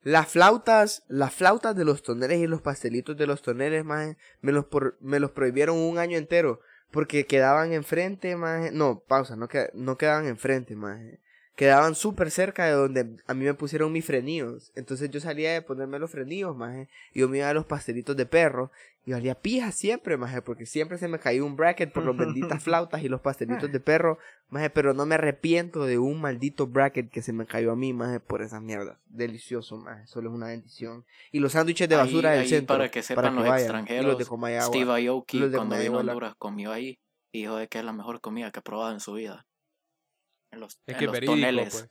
Speaker 4: Las flautas, las flautas de los toneles y los pastelitos de los toneles, maje, me los, por- me los prohibieron un año entero. Porque quedaban enfrente, maje. No, pausa, no, queda- no quedaban enfrente, maje. Quedaban súper cerca de donde a mí me pusieron mis frenillos. Entonces yo salía de ponerme los frenillos, maje. Y yo me iba a los pastelitos de perro. Y valía pija siempre, maje. Porque siempre se me caía un bracket por los benditas flautas y los pastelitos de perro. Maje, pero no me arrepiento de un maldito bracket que se me cayó a mí, maje, por esas mierdas. Delicioso, maje. Solo es una bendición. Y los sándwiches de
Speaker 5: Ahí-
Speaker 4: basura del
Speaker 5: ahí
Speaker 4: centro.
Speaker 5: Para que sepan
Speaker 4: para que
Speaker 5: los
Speaker 4: vayan. Y los
Speaker 5: extranjeros.
Speaker 4: de Comayagua.
Speaker 5: Steve Aoki,
Speaker 4: Los de
Speaker 5: cuando vino a
Speaker 4: Comayagua.
Speaker 5: Honduras, comió ahí y dijo de que es la mejor comida que ha probado en su vida. En los,
Speaker 3: Es
Speaker 5: en
Speaker 3: que es
Speaker 5: los
Speaker 3: verídico,
Speaker 5: toneles.
Speaker 3: pues.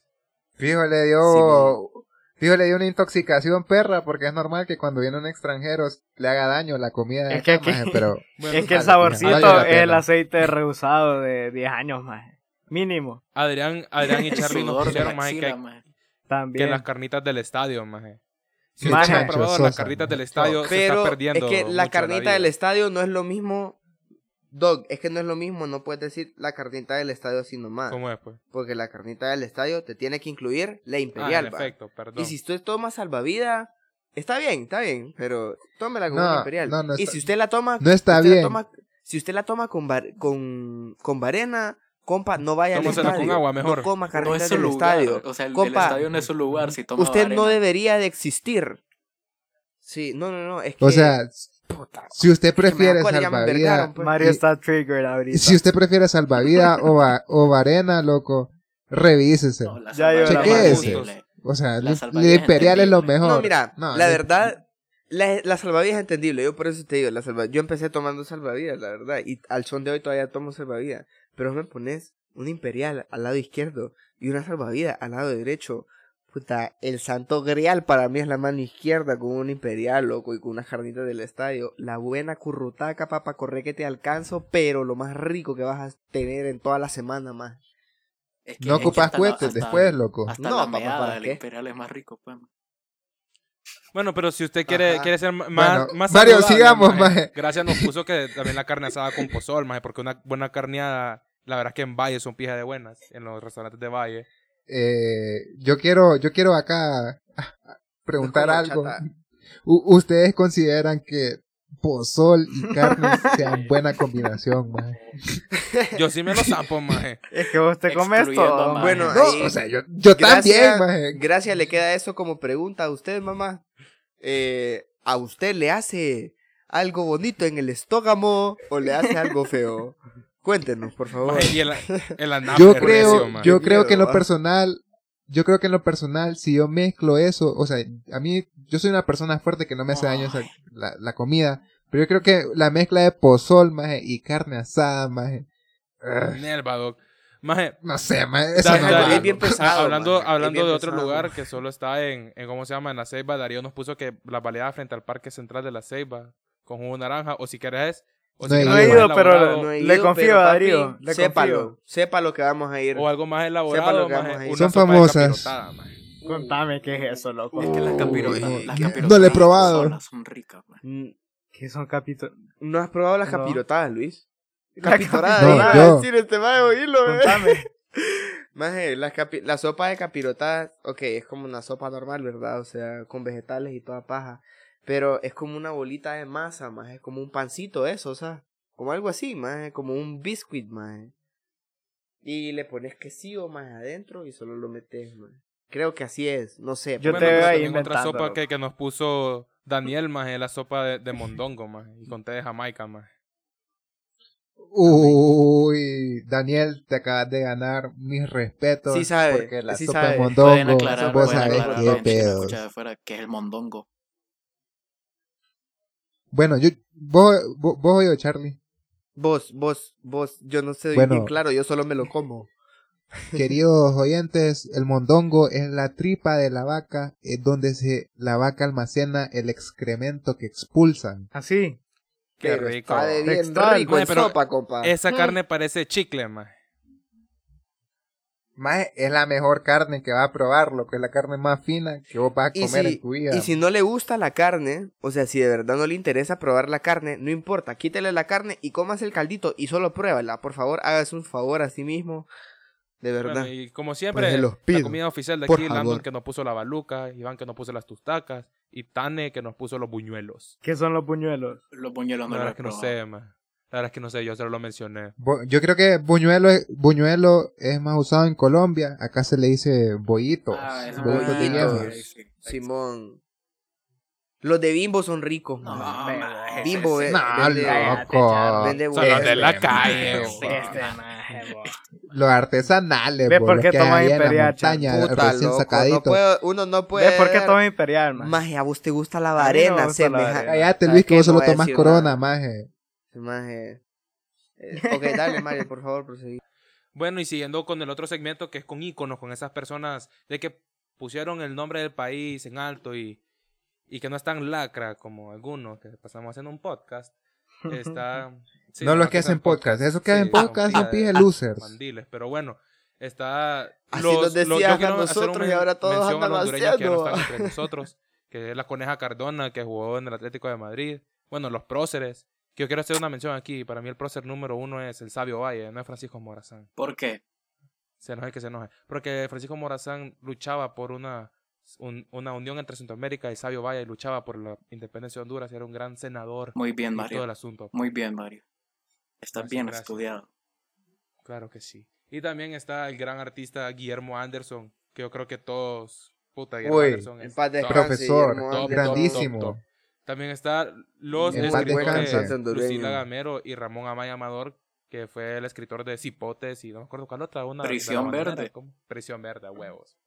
Speaker 6: Fijo le
Speaker 5: Sí,
Speaker 6: dio,
Speaker 5: mo.
Speaker 6: fijo le dio una intoxicación perra, porque es normal que cuando viene un extranjero le haga daño la comida de
Speaker 7: Es que
Speaker 6: acá,
Speaker 7: aquí-
Speaker 6: maje, pero
Speaker 3: Bueno,
Speaker 7: Es que
Speaker 6: Vale, vale
Speaker 7: el saborcito
Speaker 6: la
Speaker 7: es el
Speaker 6: pena.
Speaker 7: aceite rehusado de 10 años más. Mínimo.
Speaker 3: Adrián, Adrián y
Speaker 5: El
Speaker 3: Charlie nos
Speaker 5: sudor de la
Speaker 3: pusieron, maje,
Speaker 5: axila,
Speaker 3: que,
Speaker 5: mae.
Speaker 3: que
Speaker 7: También.
Speaker 3: las carnitas del estadio, maje. Si
Speaker 7: Maje.
Speaker 3: usted no ha probado
Speaker 6: Chochosa,
Speaker 3: las carnitas
Speaker 6: maje.
Speaker 3: del estadio, se
Speaker 4: Pero
Speaker 3: está perdiendo.
Speaker 4: es que la
Speaker 3: mucho
Speaker 4: carnita
Speaker 3: vida.
Speaker 4: del estadio no es lo mismo. Dog, es que no es lo mismo. No puedes decir la carnita del estadio así nomás.
Speaker 3: ¿Cómo es, pues?
Speaker 4: Porque la carnita del estadio te tiene que incluir la
Speaker 3: Ah,
Speaker 4: imperial.
Speaker 3: en
Speaker 4: va.
Speaker 3: efecto, perdón.
Speaker 4: y si usted toma salvavida, está bien, está bien. Pero tómela con
Speaker 6: No,
Speaker 4: una imperial.
Speaker 6: no, no
Speaker 4: y
Speaker 6: está-
Speaker 4: si usted la toma.
Speaker 6: no está
Speaker 4: usted la
Speaker 6: bien.
Speaker 4: toma- si usted la toma con, var- con, con varena, compa, no vaya al
Speaker 3: Tómasela
Speaker 4: estadio.
Speaker 3: con agua mejor.
Speaker 4: No coma
Speaker 5: No
Speaker 4: carnitas
Speaker 5: es su
Speaker 4: del
Speaker 5: lugar.
Speaker 4: estadio.
Speaker 5: O sea, el, el
Speaker 4: Compa,
Speaker 5: estadio no es su lugar. Si toma
Speaker 4: Usted no
Speaker 5: arena.
Speaker 4: debería de existir. Sí, no, no, no. Es que,
Speaker 6: o sea,
Speaker 4: puta,
Speaker 6: si usted
Speaker 4: que me da
Speaker 6: prefiere
Speaker 4: cólera, ya me
Speaker 6: salvavidas,
Speaker 4: envergaron, pues.
Speaker 7: Mario
Speaker 6: y-
Speaker 7: está triggered ahorita.
Speaker 6: si usted prefiere salvavidas o, va- o varena, loco, revísese.
Speaker 5: No, la
Speaker 7: Ya yo
Speaker 5: salvavidas
Speaker 6: era
Speaker 5: es
Speaker 6: Chequeese.
Speaker 5: horrible.
Speaker 6: o sea,
Speaker 5: la
Speaker 6: la,
Speaker 5: salvavidas
Speaker 6: imperial es lo
Speaker 5: entendible.
Speaker 6: mejor.
Speaker 4: No, mira,
Speaker 6: No,
Speaker 4: la
Speaker 6: yo-
Speaker 4: verdad, la, la salvavidas es entendible. Yo por eso te digo, la salva- yo empecé tomando salvavidas, la verdad. Y al son de hoy todavía tomo salvavidas. Pero me pones una imperial al lado izquierdo y una salvavidas al lado derecho. Puta, el santo grial para mí es la mano izquierda con un imperial, loco, y con unas carnitas del estadio. La buena currutaca, papá, corre que te alcanzo, pero lo más rico que vas a tener en toda la semana más.
Speaker 5: Es
Speaker 6: No
Speaker 5: es
Speaker 6: ocupas
Speaker 5: hasta la-
Speaker 6: cohetes
Speaker 5: hasta-
Speaker 6: después, loco.
Speaker 5: Hasta
Speaker 4: No,
Speaker 5: la
Speaker 4: papá,
Speaker 5: meada
Speaker 4: ¿para
Speaker 5: del
Speaker 4: qué?
Speaker 5: imperial es más rico, pues. man.
Speaker 3: Bueno, pero si usted quiere,
Speaker 4: Ajá.
Speaker 3: quiere ser ma- más,
Speaker 6: Bueno,
Speaker 3: más
Speaker 6: Mario,
Speaker 3: saludable,
Speaker 6: sigamos,
Speaker 3: maje.
Speaker 6: maje.
Speaker 3: Gracias nos puso que también la carne asada con pozol, maje, porque una buena carneada, la verdad es que en Valle son pijas de buenas, en los restaurantes de Valle.
Speaker 6: Eh, yo quiero, yo quiero acá ah, preguntar
Speaker 4: como
Speaker 6: algo.
Speaker 4: chata.
Speaker 6: U- ¿Ustedes consideran que pozol y carne sean buena combinación, maje?
Speaker 3: Yo sí me lo zampo, maje.
Speaker 7: Es que vos te comes
Speaker 5: Excluyendo
Speaker 7: todo.
Speaker 5: a
Speaker 7: man.
Speaker 4: Bueno,
Speaker 6: No,
Speaker 4: ahí-
Speaker 6: o sea, yo, yo también, maje.
Speaker 4: Oh, Gracias, le queda eso como pregunta a usted, mamá. Eh, ¿A usted le hace algo bonito en el estógamo o le hace algo feo? Cuéntenos, por favor.
Speaker 3: Maje, y el, el anafe
Speaker 6: yo
Speaker 3: recio,
Speaker 6: creo,
Speaker 3: maje.
Speaker 6: yo
Speaker 4: Qué
Speaker 6: creo que en
Speaker 4: miedo,
Speaker 6: lo
Speaker 4: ah.
Speaker 6: personal, yo creo que en lo personal, si yo mezclo eso, o sea, a mí, yo soy una persona fuerte que no me hace daño esa- la, la comida, pero yo creo que la mezcla de pozol, maje, y carne asada, maje, ah,
Speaker 3: Nelva, doc. Maje,
Speaker 6: no sé, maje, eso
Speaker 3: da-
Speaker 6: no
Speaker 3: da-
Speaker 4: es
Speaker 6: es
Speaker 4: algo
Speaker 6: bueno.
Speaker 4: bien pesado,
Speaker 3: hablando
Speaker 4: maje, es
Speaker 3: hablando
Speaker 4: bien
Speaker 3: de otro
Speaker 4: pesado.
Speaker 3: lugar que solo está en, en, ¿cómo se llama? En la Ceiba, Darío nos puso que la baleada frente al Parque Central de la Ceiba, con jugo de naranja, o si quieres... O si
Speaker 6: No he
Speaker 3: quieres
Speaker 6: ido.
Speaker 3: algo
Speaker 6: No
Speaker 7: he ido,
Speaker 3: más
Speaker 7: pero-
Speaker 3: elaborado,
Speaker 4: he
Speaker 7: Le confío
Speaker 4: pero,
Speaker 7: a
Speaker 4: papi,
Speaker 7: Darío, le
Speaker 4: sépalo,
Speaker 7: confío.
Speaker 4: sépalo que vamos a ir.
Speaker 3: O algo más elaborado,
Speaker 4: lo que vamos
Speaker 3: maje,
Speaker 4: a ir.
Speaker 3: una
Speaker 6: Son
Speaker 3: sopa de
Speaker 6: famosas.
Speaker 3: capirotada, maje.
Speaker 7: Contame qué es eso, loco.
Speaker 5: Es que las
Speaker 4: Uy,
Speaker 5: capirotas,
Speaker 4: no,
Speaker 5: las
Speaker 4: qué-
Speaker 5: capirotas
Speaker 6: no le
Speaker 5: solas
Speaker 6: he probado.
Speaker 5: son ricas, pues. man.
Speaker 4: Mm,
Speaker 7: ¿Qué son capítulos?
Speaker 4: ¿No has probado las
Speaker 7: No.
Speaker 4: capirotadas, Luis?
Speaker 7: La
Speaker 4: Capitorada,
Speaker 6: capirotada.
Speaker 4: iba
Speaker 6: No,
Speaker 4: a
Speaker 6: yo.
Speaker 4: decir este maje, oílo, eh.
Speaker 7: Contame.
Speaker 4: Maje, la, capi- la sopa de capirotada, ok, es como una sopa normal, ¿verdad? O sea, con vegetales y toda paja. Pero es como una bolita de masa, maje, es como un pancito eso, o sea, como algo así, maje, como un biscuit, maje. Y le pones quesillo más adentro y solo lo metes, maje. Creo que así es, no sé.
Speaker 7: Yo
Speaker 4: pero
Speaker 7: te
Speaker 4: no
Speaker 7: veo
Speaker 4: sé.
Speaker 7: ahí
Speaker 3: también otra
Speaker 7: inventando,
Speaker 3: sopa
Speaker 7: loco.
Speaker 3: que, que nos puso Daniel, más la sopa de, de mondongo, más y con té de Jamaica, más.
Speaker 6: Uy, Daniel, te acabas de ganar mis respetos.
Speaker 4: Sí sabe,
Speaker 6: Porque la
Speaker 4: sí
Speaker 6: sopa
Speaker 4: sabe.
Speaker 6: de
Speaker 5: Pueden
Speaker 6: mondongo,
Speaker 5: aclarar,
Speaker 6: pues, vos
Speaker 5: pueden
Speaker 6: sabés
Speaker 5: aclarar,
Speaker 6: qué
Speaker 5: la gente que me
Speaker 6: pedo.
Speaker 5: escucha de afuera, que es el mondongo.
Speaker 6: Bueno, yo, vos, vos, vos oído, Charlie.
Speaker 4: Vos, vos, vos, yo no sé
Speaker 6: Bueno.
Speaker 4: bien claro, yo solo me lo como.
Speaker 6: Queridos oyentes, el mondongo es la tripa de la vaca, es donde se, la vaca almacena el excremento que expulsan.
Speaker 7: Así.
Speaker 3: Qué
Speaker 4: pero
Speaker 3: rico.
Speaker 4: Está de bien
Speaker 7: Textual,
Speaker 4: rico
Speaker 3: maje,
Speaker 4: en
Speaker 3: pero
Speaker 4: sopa, compa.
Speaker 3: Esa carne parece chicle, más.
Speaker 6: Más es la mejor carne que va a probar, lo que es la carne más fina que vos vas a
Speaker 4: Y
Speaker 6: comer
Speaker 4: si-
Speaker 6: en tu vida.
Speaker 4: Y si no le gusta la carne, o sea, si de verdad no le interesa probar la carne, no importa, quítele la carne y comas el caldito y solo pruébala. Por favor, hágase un favor a sí mismo. De verdad.
Speaker 3: y como siempre,
Speaker 6: Pues se los
Speaker 3: la
Speaker 6: pido,
Speaker 3: comida oficial de
Speaker 6: por
Speaker 3: aquí, Landon
Speaker 6: favor.
Speaker 3: que nos puso la baluca, Iván que nos puso las tustacas, y Tane que nos puso los buñuelos.
Speaker 7: ¿Qué son los puñuelos?
Speaker 5: Los
Speaker 3: La
Speaker 5: buñuelos no los
Speaker 3: verdad
Speaker 5: he
Speaker 3: es que no
Speaker 5: probado.
Speaker 3: sé, más. La verdad es que no sé, yo se lo mencioné.
Speaker 6: Bo- Yo creo que buñuelo, es- buñuelo es más usado en Colombia, acá se le dice bollito.
Speaker 5: Ah, eso
Speaker 4: Los
Speaker 6: Bollito
Speaker 4: de
Speaker 6: de
Speaker 4: bueno,
Speaker 6: hierro.
Speaker 4: güey. Simón. Los de Bimbo son ricos.
Speaker 5: No,
Speaker 4: man.
Speaker 5: maje, ese-
Speaker 4: Bimbo,
Speaker 5: ese-
Speaker 4: ve-
Speaker 6: No,
Speaker 4: vende-
Speaker 7: cállate,
Speaker 6: Ah, loco.
Speaker 7: Charlie.
Speaker 4: vende
Speaker 3: Son los de la
Speaker 6: Este,
Speaker 3: calle,
Speaker 6: maje,
Speaker 3: güey.
Speaker 7: Este maje, bo.
Speaker 6: Los artesanales,
Speaker 7: ¿Ves
Speaker 6: bo,
Speaker 7: por
Speaker 6: los
Speaker 7: qué
Speaker 6: que
Speaker 7: tomas
Speaker 6: hay en la
Speaker 7: Imperial,
Speaker 6: montaña,
Speaker 4: Puta,
Speaker 6: recién
Speaker 4: loco,
Speaker 6: sacaditos.
Speaker 4: no puedo- uno no puede.
Speaker 7: ¿Ves por qué tomas imperial, man?
Speaker 4: Maje, a vos te gusta la
Speaker 7: A mí no me
Speaker 4: varena,
Speaker 7: gusta la
Speaker 4: semeja-
Speaker 7: varena.
Speaker 6: Cállate,
Speaker 4: ¿Sabes
Speaker 6: Luis, que
Speaker 4: qué?
Speaker 6: vos
Speaker 4: No
Speaker 6: solo
Speaker 4: voy a
Speaker 6: tomás
Speaker 4: decir
Speaker 6: corona,
Speaker 4: nada.
Speaker 6: maje.
Speaker 3: Ah,
Speaker 4: Maje. Eh, ok, dale, Mario, por favor, proseguí.
Speaker 3: Bueno, y siguiendo con el otro segmento que es con íconos, con esas personas de que pusieron el nombre del país en alto y, y que no es tan lacra como algunos que pasamos haciendo un podcast. Está, sí,
Speaker 6: no los
Speaker 3: los
Speaker 6: que hacen podcast, esos que
Speaker 3: Sí,
Speaker 6: hacen
Speaker 3: son
Speaker 6: podcast son
Speaker 3: pija de-
Speaker 6: pijas losers.
Speaker 3: mandiles, pero bueno, está...
Speaker 4: Así
Speaker 3: los- los-
Speaker 4: nos
Speaker 3: yo
Speaker 4: decían a
Speaker 3: quiero hacer un
Speaker 4: nosotros y
Speaker 3: men-
Speaker 4: ahora todos
Speaker 3: mención a
Speaker 4: andan
Speaker 3: los hondureños que ya no
Speaker 4: vaciando.
Speaker 3: están entre nosotros, que es la Coneja Cardona, que jugó en el Atlético de Madrid. Bueno, los próceres, que yo quiero hacer una mención aquí. Para mí el prócer número uno es el Sabio Valle, no es Francisco Morazán.
Speaker 5: ¿Por qué?
Speaker 3: Se enoje que se enoje. Porque Francisco Morazán luchaba por una, un- una unión entre Centroamérica y Sabio Valle luchaba por la independencia de Honduras. Era un gran senador
Speaker 5: Muy bien,
Speaker 3: y todo
Speaker 5: Mario.
Speaker 3: el asunto.
Speaker 5: Muy bien, Mario. Estás
Speaker 3: Gracias,
Speaker 5: bien
Speaker 3: gracias.
Speaker 5: estudiado.
Speaker 3: Claro que sí. Y también está el gran artista Guillermo Anderson, que yo creo que todos. Puta, Guillermo
Speaker 6: Uy,
Speaker 3: Anderson
Speaker 4: En
Speaker 3: es
Speaker 4: paz
Speaker 3: top,
Speaker 4: descanse,
Speaker 6: Profesor,
Speaker 3: top,
Speaker 4: Guillermo
Speaker 3: top,
Speaker 4: Anderson.
Speaker 6: grandísimo.
Speaker 3: top, top. También está los
Speaker 6: En paz
Speaker 3: escritores
Speaker 6: descanse.
Speaker 3: Lucila
Speaker 4: Hondureño.
Speaker 3: Gamero y Ramón Amaya Amador, que fue el escritor de Cipotes y no me acuerdo cuál otra. Una de
Speaker 5: Prisión
Speaker 3: la bandera,
Speaker 5: Verde.
Speaker 3: ¿cómo? Prisión Verde, a huevos.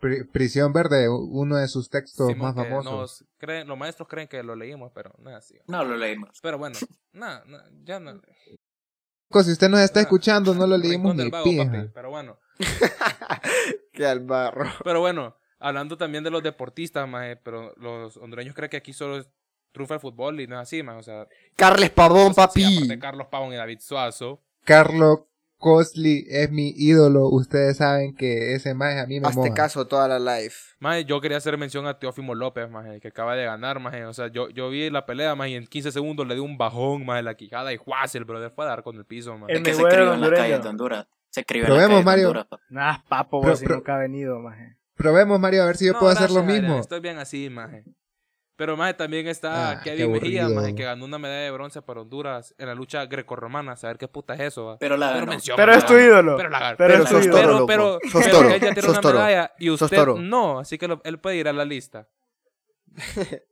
Speaker 6: Pri- Prisión Verde, uno de sus textos
Speaker 3: Simón,
Speaker 6: más
Speaker 3: que
Speaker 6: famosos.
Speaker 3: nos creen- los maestros creen que lo leímos, pero nada, sí.
Speaker 5: No lo leímos.
Speaker 3: Pero bueno, nada, nada, ya no.
Speaker 6: si usted nos está escuchando, no lo leímos
Speaker 3: Ah, Rincón
Speaker 6: ni
Speaker 3: del vago,
Speaker 6: pija.
Speaker 3: papi, Pero bueno.
Speaker 4: Que al barro.
Speaker 3: Pero bueno, hablando también de los deportistas, maje, pero los hondureños creen que aquí solo trufa el fútbol y no es así, maje, o sea,
Speaker 4: Carles Pavón,
Speaker 3: sí,
Speaker 4: papi.
Speaker 3: aparte de Carlos Pavón y David Suazo,
Speaker 6: Carlo Cosli es mi ídolo. Ustedes saben que ese maje a mí me
Speaker 4: Hazte
Speaker 6: moja.
Speaker 4: caso toda la life.
Speaker 3: maje, yo quería hacer mención a Teófimo López, maje, que acaba de ganar, maje, o sea, yo, yo vi la pelea, maje, y en 15 segundos le dio un bajón, maje, la quijada y juaz, el brother fue a dar con el piso, maje.
Speaker 7: El
Speaker 5: Es que se
Speaker 7: mejor
Speaker 5: crió en las
Speaker 7: hondureño.
Speaker 5: calles de Honduras. Se crió en
Speaker 6: Probemos,
Speaker 5: las calles
Speaker 6: Mario.
Speaker 5: de Honduras. papi.
Speaker 7: Nah, papo,
Speaker 6: Pero-
Speaker 7: vos si
Speaker 6: pero-
Speaker 7: nunca ha venido, maje.
Speaker 6: Probemos, Mario, a ver si yo
Speaker 3: No,
Speaker 6: puedo hacer lo
Speaker 3: gracias, Adrián,
Speaker 6: mismo.
Speaker 3: Estoy bien así, maje. Pero maje también está
Speaker 6: Ah, qué
Speaker 3: Kevin Mejía,
Speaker 6: aburrido.
Speaker 3: maje, que ganó una medalla de bronce para Honduras en la lucha grecorromana, saber qué puta es eso, va.
Speaker 5: Pero la
Speaker 3: Pero
Speaker 5: ganó.
Speaker 3: mención,
Speaker 7: Pero
Speaker 3: maje,
Speaker 7: es tu ídolo.
Speaker 3: Pero la ganó.
Speaker 7: Pero
Speaker 4: Pero
Speaker 7: es tu
Speaker 4: sos
Speaker 7: ídolo.
Speaker 4: toro,
Speaker 3: Pero,
Speaker 4: loco.
Speaker 3: pero,
Speaker 4: Sos
Speaker 3: pero
Speaker 4: toro,
Speaker 3: ella tiene
Speaker 4: sos
Speaker 3: una
Speaker 4: toro.
Speaker 3: medalla y
Speaker 4: sos
Speaker 3: usted
Speaker 4: toro.
Speaker 3: no, así que lo- él puede ir a la lista.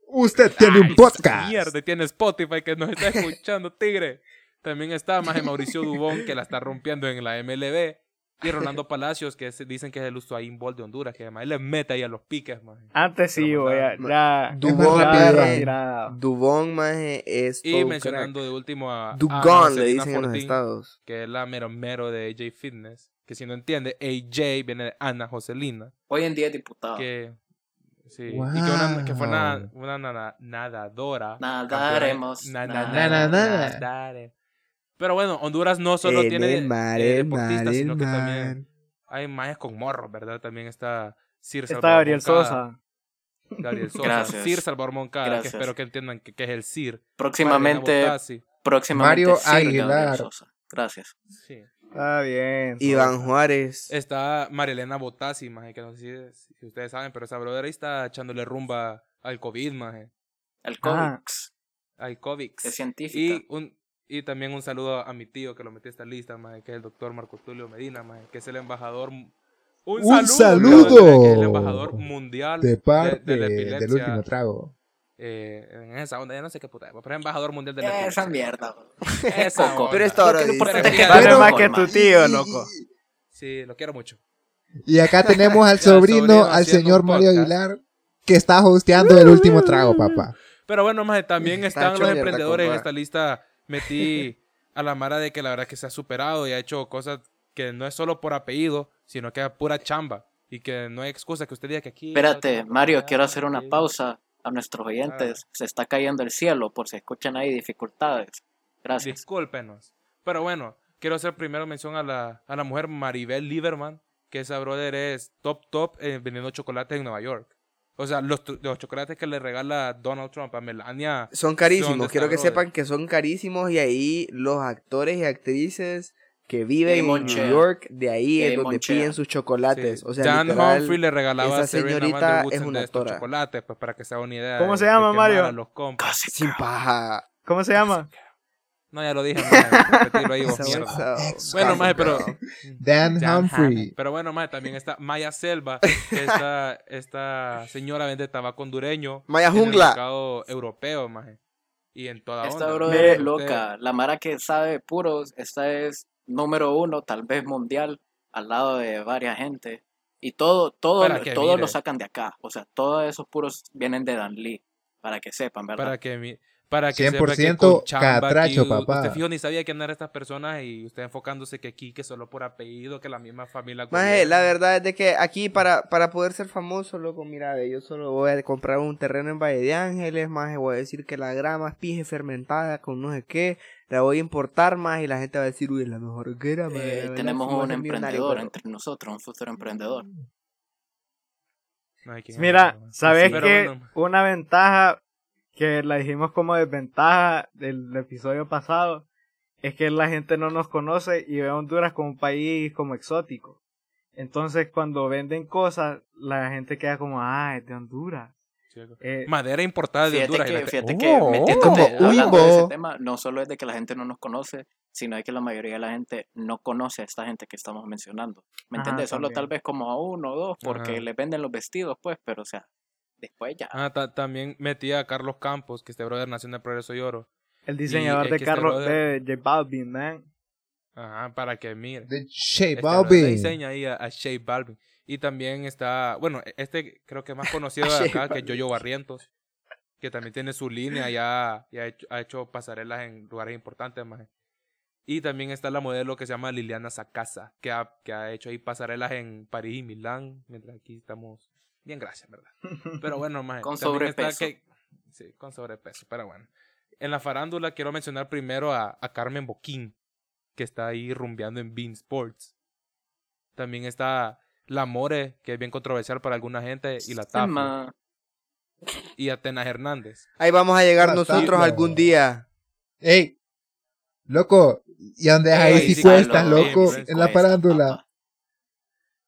Speaker 6: Usted tiene
Speaker 3: Ay,
Speaker 6: un podcast.
Speaker 3: Mierda, y tiene Spotify que nos está escuchando, tigre. También está Maje Mauricio Dubón, que la está rompiendo en la MLB. Y Rolando Palacios, que es- dicen que es el Usain Bolt de Honduras, que además él le mete ahí a los piques, maje.
Speaker 7: Antes sí,
Speaker 3: Pero
Speaker 7: güey, ya,
Speaker 3: mandaba-
Speaker 7: ya.
Speaker 4: Dubón,
Speaker 7: ya
Speaker 4: maje.
Speaker 7: retirado.
Speaker 4: Dubón, maje, es
Speaker 3: Y
Speaker 4: todo un
Speaker 3: mencionando de último a,
Speaker 4: crack.
Speaker 3: a
Speaker 4: Dugón, le
Speaker 3: Ana
Speaker 4: dicen en los
Speaker 3: Fortín,
Speaker 4: estados.
Speaker 3: que es la mero mero de AJ Fitness. Que si no entiende, AJ viene de Ana Joselina.
Speaker 5: Hoy en día es diputado.
Speaker 3: Que, sí, y que, una- que fue
Speaker 6: Wow.
Speaker 3: una, una nana- nadadora.
Speaker 5: Nadaremos,
Speaker 3: campeona- na-
Speaker 5: nada-
Speaker 3: na-
Speaker 6: nada.
Speaker 3: nadare. Pero bueno, Honduras no solo
Speaker 4: En
Speaker 3: tiene
Speaker 4: el mar,
Speaker 3: eh,
Speaker 4: el mar,
Speaker 3: deportistas,
Speaker 4: el
Speaker 3: sino que
Speaker 4: mar.
Speaker 3: también hay maes con morros, ¿verdad? También está Sir
Speaker 7: Está
Speaker 3: Salvador
Speaker 7: Gabriel
Speaker 3: Moncada.
Speaker 7: Sosa.
Speaker 3: Gabriel Sosa.
Speaker 5: Gracias.
Speaker 3: Sir Salvador Moncada,
Speaker 5: Gracias.
Speaker 3: que espero que entiendan que, que es el Sir.
Speaker 5: Próximamente,
Speaker 3: Botazzi.
Speaker 5: próximamente
Speaker 6: Mario
Speaker 5: Sir Gabriel
Speaker 6: Aguilar.
Speaker 5: Sosa. Gracias.
Speaker 3: Sí.
Speaker 7: Está Ah, bien.
Speaker 4: Iván Juárez.
Speaker 3: Está Marilena Botassi, maje, que no sé si, si ustedes saben, pero esa brother ahí está echándole rumba al COVID, maje,
Speaker 5: El
Speaker 7: Ah.
Speaker 5: Cox
Speaker 3: al COVID.
Speaker 5: es científica.
Speaker 3: Y, un, y también un saludo a mi tío que lo metí a esta lista, maje, que es el doctor Marco Tulio Medina, maje, que es el embajador. ¡Un,
Speaker 6: ¡Un
Speaker 3: brother, que es
Speaker 6: saludo!
Speaker 3: el embajador mundial
Speaker 6: De parte
Speaker 3: de la
Speaker 6: del
Speaker 3: epilepsia,
Speaker 6: último trago.
Speaker 3: eh, en esa onda, ya no sé qué puta, pero es embajador mundial de la
Speaker 5: Esa
Speaker 3: epilepsia.
Speaker 5: Eh, mierda. bro.
Speaker 3: Esa
Speaker 5: Coco.
Speaker 3: onda.
Speaker 4: Pero esta hora
Speaker 5: Lo que lo
Speaker 4: dice.
Speaker 5: importante es que
Speaker 3: Pero-
Speaker 5: ganemos
Speaker 7: Pero más
Speaker 5: con
Speaker 7: que
Speaker 5: más.
Speaker 7: tu tío, loco.
Speaker 3: Sí, lo quiero mucho.
Speaker 6: Y acá tenemos al
Speaker 3: Y al sobrino
Speaker 6: sobrino, al
Speaker 3: haciendo
Speaker 6: señor
Speaker 3: un
Speaker 6: Mario
Speaker 3: podcast.
Speaker 6: Aguilar, que está hosteando el último trago, papá.
Speaker 3: Pero bueno, maje, también
Speaker 4: Está
Speaker 3: están
Speaker 4: hecho
Speaker 3: los
Speaker 4: mierda,
Speaker 3: emprendedores en
Speaker 4: compa.
Speaker 3: esta lista. Metí a la Mara de que la verdad es que se ha superado y ha hecho cosas que no es solo por apellido, sino que es pura chamba. Y que no hay excusa que usted diga que aquí.
Speaker 5: Espérate,
Speaker 3: no, no,
Speaker 5: Mario,
Speaker 3: no,
Speaker 5: quiero
Speaker 3: no,
Speaker 5: hacer una
Speaker 3: sí.
Speaker 5: pausa a nuestros
Speaker 3: Ah.
Speaker 5: oyentes. Se está cayendo el cielo por si escuchan ahí dificultades. Gracias.
Speaker 3: Discúlpenos. Pero bueno, quiero hacer primero mención a la, a la mujer Maribel Lieberman, que esa brother es top top eh, vendiendo chocolates en Nueva York. O sea, los, tu- los chocolates que le regala Donald Trump a Melania.
Speaker 4: Son
Speaker 3: Sí, ¿dónde
Speaker 4: carísimos,
Speaker 3: está,
Speaker 4: quiero que
Speaker 3: brother?
Speaker 4: sepan que son carísimos y ahí los actores y actrices que viven en
Speaker 5: Damon
Speaker 4: New
Speaker 5: Chea.
Speaker 4: York, de ahí es
Speaker 5: Damon
Speaker 4: donde
Speaker 5: Chea.
Speaker 4: piden sus chocolates.
Speaker 3: Sí,
Speaker 4: O sea,
Speaker 3: Dan
Speaker 4: literal,
Speaker 3: Humphrey le regalaba
Speaker 4: esa
Speaker 3: a Serena
Speaker 4: señorita
Speaker 3: Van Der
Speaker 4: es
Speaker 3: Woodsen
Speaker 4: una
Speaker 3: de estos
Speaker 4: actora.
Speaker 3: chocolates, pues para que se haga una idea.
Speaker 7: ¿Cómo
Speaker 3: de-
Speaker 7: se
Speaker 3: de
Speaker 7: llama,
Speaker 3: qué mala
Speaker 7: Mario?
Speaker 3: Los compas.
Speaker 5: Casi.
Speaker 4: sin paja.
Speaker 7: ¿Cómo se llama?
Speaker 3: No, ya lo dije, maje, repetirlo ahí vos,
Speaker 4: Esa-
Speaker 3: mierda.
Speaker 4: esa-
Speaker 3: Bueno, maje, pero.
Speaker 6: Dan Humphrey.
Speaker 3: Humphrey. Pero bueno, maje, también está Maya Selva, que esta, esta señora vende tabaco hondureño.
Speaker 4: Maya
Speaker 3: en el
Speaker 4: Jungla.
Speaker 3: mercado europeo, maje. Y en toda
Speaker 5: Esta
Speaker 3: onda.
Speaker 5: brother es
Speaker 3: Usted-
Speaker 5: loca. La Mara que sabe de puros, esta es número uno, tal vez mundial, al lado de varias gente. Y todo, todo,
Speaker 3: Para que
Speaker 5: todo
Speaker 3: mire.
Speaker 5: lo sacan de acá. O sea, todos esos puros vienen de Dan Lee, para que sepan, ¿verdad?
Speaker 3: Para que mi- Para que
Speaker 6: 100%
Speaker 3: sepa que con chamba aquí
Speaker 6: catracho,
Speaker 3: u-
Speaker 6: papá.
Speaker 3: Usted fijo ni sabía quién eran estas personas y usted enfocándose que aquí, que solo por apellido, que la misma familia.
Speaker 4: Maje,
Speaker 3: gobierna.
Speaker 4: la verdad es de que aquí para, para poder ser famoso, loco, mira, ve, yo solo voy a comprar un terreno en Valle de Ángeles, maje, voy a decir que la grama es pije fermentada con no sé qué, la voy a importar más y la gente va a decir, uy, es la mejor grama.
Speaker 5: Eh,
Speaker 4: maje, la
Speaker 5: tenemos
Speaker 4: verdad, sí, voy a
Speaker 5: un
Speaker 4: ser millonario,
Speaker 5: emprendedor
Speaker 4: pero-
Speaker 5: entre nosotros, un futuro emprendedor.
Speaker 3: No hay quien
Speaker 7: Mira,
Speaker 3: haga, ¿no?
Speaker 7: ¿sabes
Speaker 3: Sí. Pero
Speaker 7: que
Speaker 3: bueno,
Speaker 7: Una ventaja que la dijimos como desventaja del episodio pasado es que la gente no nos conoce y ve a Honduras como un país como exótico. Entonces, cuando venden cosas, la gente queda como, ah, es de Honduras.
Speaker 3: chico.
Speaker 7: Eh,
Speaker 3: Madera importada de
Speaker 5: Fíjate
Speaker 3: Honduras. y
Speaker 5: que,
Speaker 3: la-
Speaker 5: fíjate
Speaker 3: ¡Oh!
Speaker 5: que metiéndote,
Speaker 4: como
Speaker 5: hablando de ese
Speaker 4: Wimbo.
Speaker 5: tema, no solo es de que la gente no nos conoce, sino es que la mayoría de la gente no conoce a esta gente que estamos mencionando. ¿Me
Speaker 7: Ajá,
Speaker 5: entiendes? Solo tal
Speaker 7: también.
Speaker 5: vez como a uno o dos, porque
Speaker 3: Ajá.
Speaker 5: les venden los vestidos, pues, pero o sea, después ya.
Speaker 3: Ah, ta- también metí a Carlos Campos, que este brother nació en el Progreso y Oro.
Speaker 7: el diseñador
Speaker 3: y es
Speaker 7: de
Speaker 3: que
Speaker 7: Carlos
Speaker 3: este
Speaker 7: de J Balvin, man.
Speaker 3: Ajá, para que mire.
Speaker 6: De Shea
Speaker 3: Este brother
Speaker 6: Balvin.
Speaker 3: diseña ahí a, a Shea Balvin. Y también está, bueno, este creo que es más conocido de acá que Yoyo Barrientos, que también tiene su línea ya, ya ha, hecho, ha hecho pasarelas en lugares importantes, maje. Y también está la modelo que se llama Liliana Sacasa, que ha, que ha hecho ahí pasarelas en París y Milán, mientras aquí estamos bien, gracias, ¿verdad? Pero bueno, maje,
Speaker 5: Con
Speaker 3: también está
Speaker 5: sobrepeso.
Speaker 3: que- sí, con sobrepeso, pero bueno. En la farándula quiero mencionar primero a, a Carmen Boquín, que está ahí rumbeando en Bean Sports. También está La More, que es bien controversial para alguna gente, y La
Speaker 5: Es
Speaker 3: Tafa,
Speaker 5: más,
Speaker 3: y Atenas Hernández.
Speaker 4: Ahí vamos a llegar
Speaker 6: Ah,
Speaker 4: nosotros
Speaker 6: tapo.
Speaker 4: algún día.
Speaker 6: ¡Ey! Loco, ¿y dónde ahí
Speaker 3: Ey,
Speaker 6: si
Speaker 3: sí,
Speaker 6: cuestas,
Speaker 3: calor,
Speaker 6: loco?
Speaker 3: sí,
Speaker 6: en la
Speaker 5: cuesta,
Speaker 6: parándula.
Speaker 5: papá.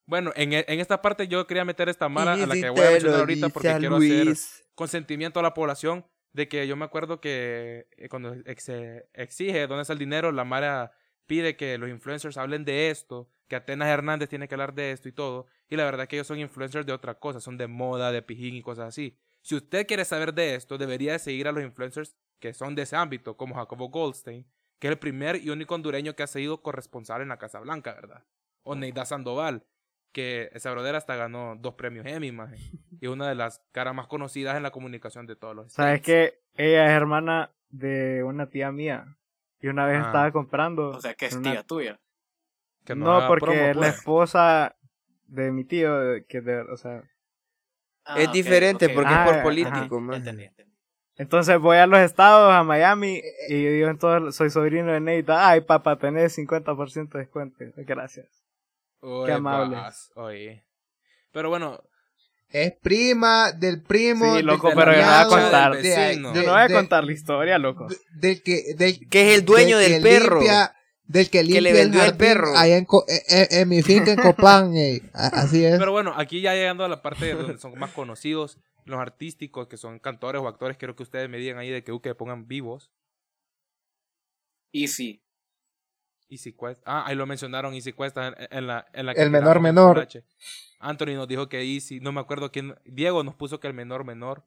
Speaker 3: Bueno, en, e- en esta parte yo quería meter esta mala a la
Speaker 4: Y
Speaker 3: que voy
Speaker 4: te
Speaker 3: a
Speaker 4: lo
Speaker 3: mencionar ahorita
Speaker 4: dice
Speaker 3: porque
Speaker 4: a
Speaker 3: quiero hacer
Speaker 4: Luis.
Speaker 3: consentimiento a la población de que yo me acuerdo que eh, cuando ex- eh, exige dónde está el dinero, la Mara pide que los influencers hablen de esto, que Atenas Hernández tiene que hablar de esto y todo. Y la verdad que ellos son influencers de otra cosa, son de moda, de pijín y cosas así. Si usted quiere saber de esto, debería de seguir a los influencers que son de ese ámbito, como Jacobo Goldstein, que es el primer y único hondureño que ha sido corresponsal en la Casa Blanca, ¿verdad? O Neida Sandoval, que esa brodera hasta ganó dos premios Emmy, maje y una de las caras más conocidas en la comunicación de todos los
Speaker 7: ¿Sabes
Speaker 3: States.
Speaker 7: que Ella es hermana de una tía mía. Y una vez
Speaker 3: Ah.
Speaker 7: estaba comprando.
Speaker 5: O sea, que es
Speaker 7: una-
Speaker 5: tía tuya.
Speaker 3: Que nos
Speaker 7: No,
Speaker 3: haga
Speaker 7: porque
Speaker 3: promo,
Speaker 7: la
Speaker 3: pues.
Speaker 7: esposa de mi tío, de- que de- o sea.
Speaker 5: Ah,
Speaker 4: Es
Speaker 5: ok,
Speaker 4: diferente
Speaker 5: ok.
Speaker 4: porque
Speaker 7: Ah,
Speaker 4: es por
Speaker 7: ajá.
Speaker 4: político,
Speaker 5: Ya
Speaker 4: man.
Speaker 5: entendí, entendí.
Speaker 7: Entonces voy a los estados, a Miami,
Speaker 4: Eh,
Speaker 7: y yo entonces soy sobrino de Neita. Ay, papá, tenés 50% de descuento. Gracias.
Speaker 3: Oye,
Speaker 7: Qué amables.
Speaker 3: paz, oye. Pero bueno,
Speaker 6: Es prima del primo.
Speaker 7: Sí,
Speaker 6: del
Speaker 7: loco,
Speaker 3: pero yo no voy a
Speaker 6: cuñado,
Speaker 7: contar.
Speaker 6: de-
Speaker 3: Vecino.
Speaker 6: de-
Speaker 7: Yo no voy a
Speaker 6: de-
Speaker 7: contar la historia, loco.
Speaker 6: Del que, del,
Speaker 4: Que es el dueño
Speaker 6: del
Speaker 4: del
Speaker 6: que
Speaker 4: perro.
Speaker 6: limpia- del que limpia
Speaker 4: le
Speaker 6: el
Speaker 4: vendió el
Speaker 6: jardín
Speaker 4: perro.
Speaker 6: allá en, Co- eh, eh, en mi finca en Copán, ey. A- así es.
Speaker 3: pero bueno, aquí ya llegando a la parte de donde son más conocidos, los artísticos que son cantores o actores, quiero que ustedes me digan ahí de que uh, que pongan vivos.
Speaker 5: Y sí,
Speaker 3: Easy Cuesta. Ah, ahí lo mencionaron Easy Cuesta en, en la, en la
Speaker 6: El menor
Speaker 3: tiramos
Speaker 6: menor.
Speaker 3: cucarache. Anthony nos dijo que Easy, no me acuerdo quién, Diego nos puso que el menor menor.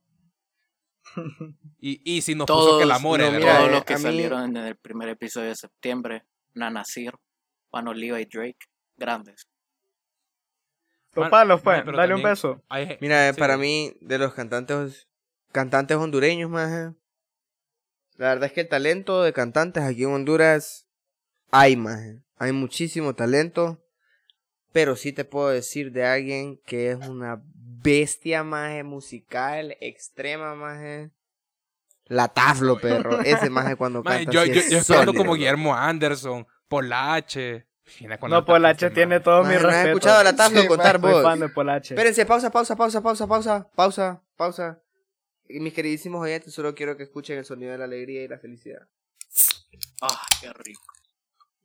Speaker 3: Y Easy nos puso
Speaker 5: todos,
Speaker 3: que el amor
Speaker 5: no,
Speaker 3: es,
Speaker 4: mira,
Speaker 3: ¿verdad?
Speaker 5: todos
Speaker 4: eh,
Speaker 5: los que
Speaker 4: a mí-
Speaker 5: salieron en el primer episodio de septiembre, Nanasir, Juan Oliva y Drake, grandes.
Speaker 3: Man,
Speaker 7: Topalos,
Speaker 3: man,
Speaker 7: pues.
Speaker 3: pero
Speaker 7: Dale un
Speaker 3: también-
Speaker 7: beso.
Speaker 3: Hay gen-
Speaker 4: Mira, eh,
Speaker 3: sí.
Speaker 4: para mí, de los cantantes cantantes hondureños, más eh, la verdad es que el talento de cantantes aquí en Honduras hay, más eh. hay muchísimo talento, pero sí te puedo decir de alguien que es una bestia, más eh, musical, extrema, más eh. la taflo, perro, ese más cuando
Speaker 3: Mae,
Speaker 4: canta
Speaker 3: yo,
Speaker 4: sí
Speaker 3: yo,
Speaker 4: es
Speaker 3: yo esperando
Speaker 4: sólido.
Speaker 3: como Guillermo Anderson, Polache. Viene con
Speaker 7: No,
Speaker 3: la
Speaker 7: Polache
Speaker 3: tapa,
Speaker 7: tiene
Speaker 3: este mae.
Speaker 7: todo mi
Speaker 4: Mae, ¿no has
Speaker 7: respeto.
Speaker 4: escuchado a la taflo
Speaker 6: Sí,
Speaker 4: contar
Speaker 7: Soy
Speaker 4: vos?
Speaker 7: fan de Polache.
Speaker 4: Espérense, pausa, pausa, pausa, pausa, pausa, pausa, pausa. Y mis queridísimos oyentes, solo quiero que escuchen el sonido de la alegría y la felicidad.
Speaker 5: Ah, qué rico.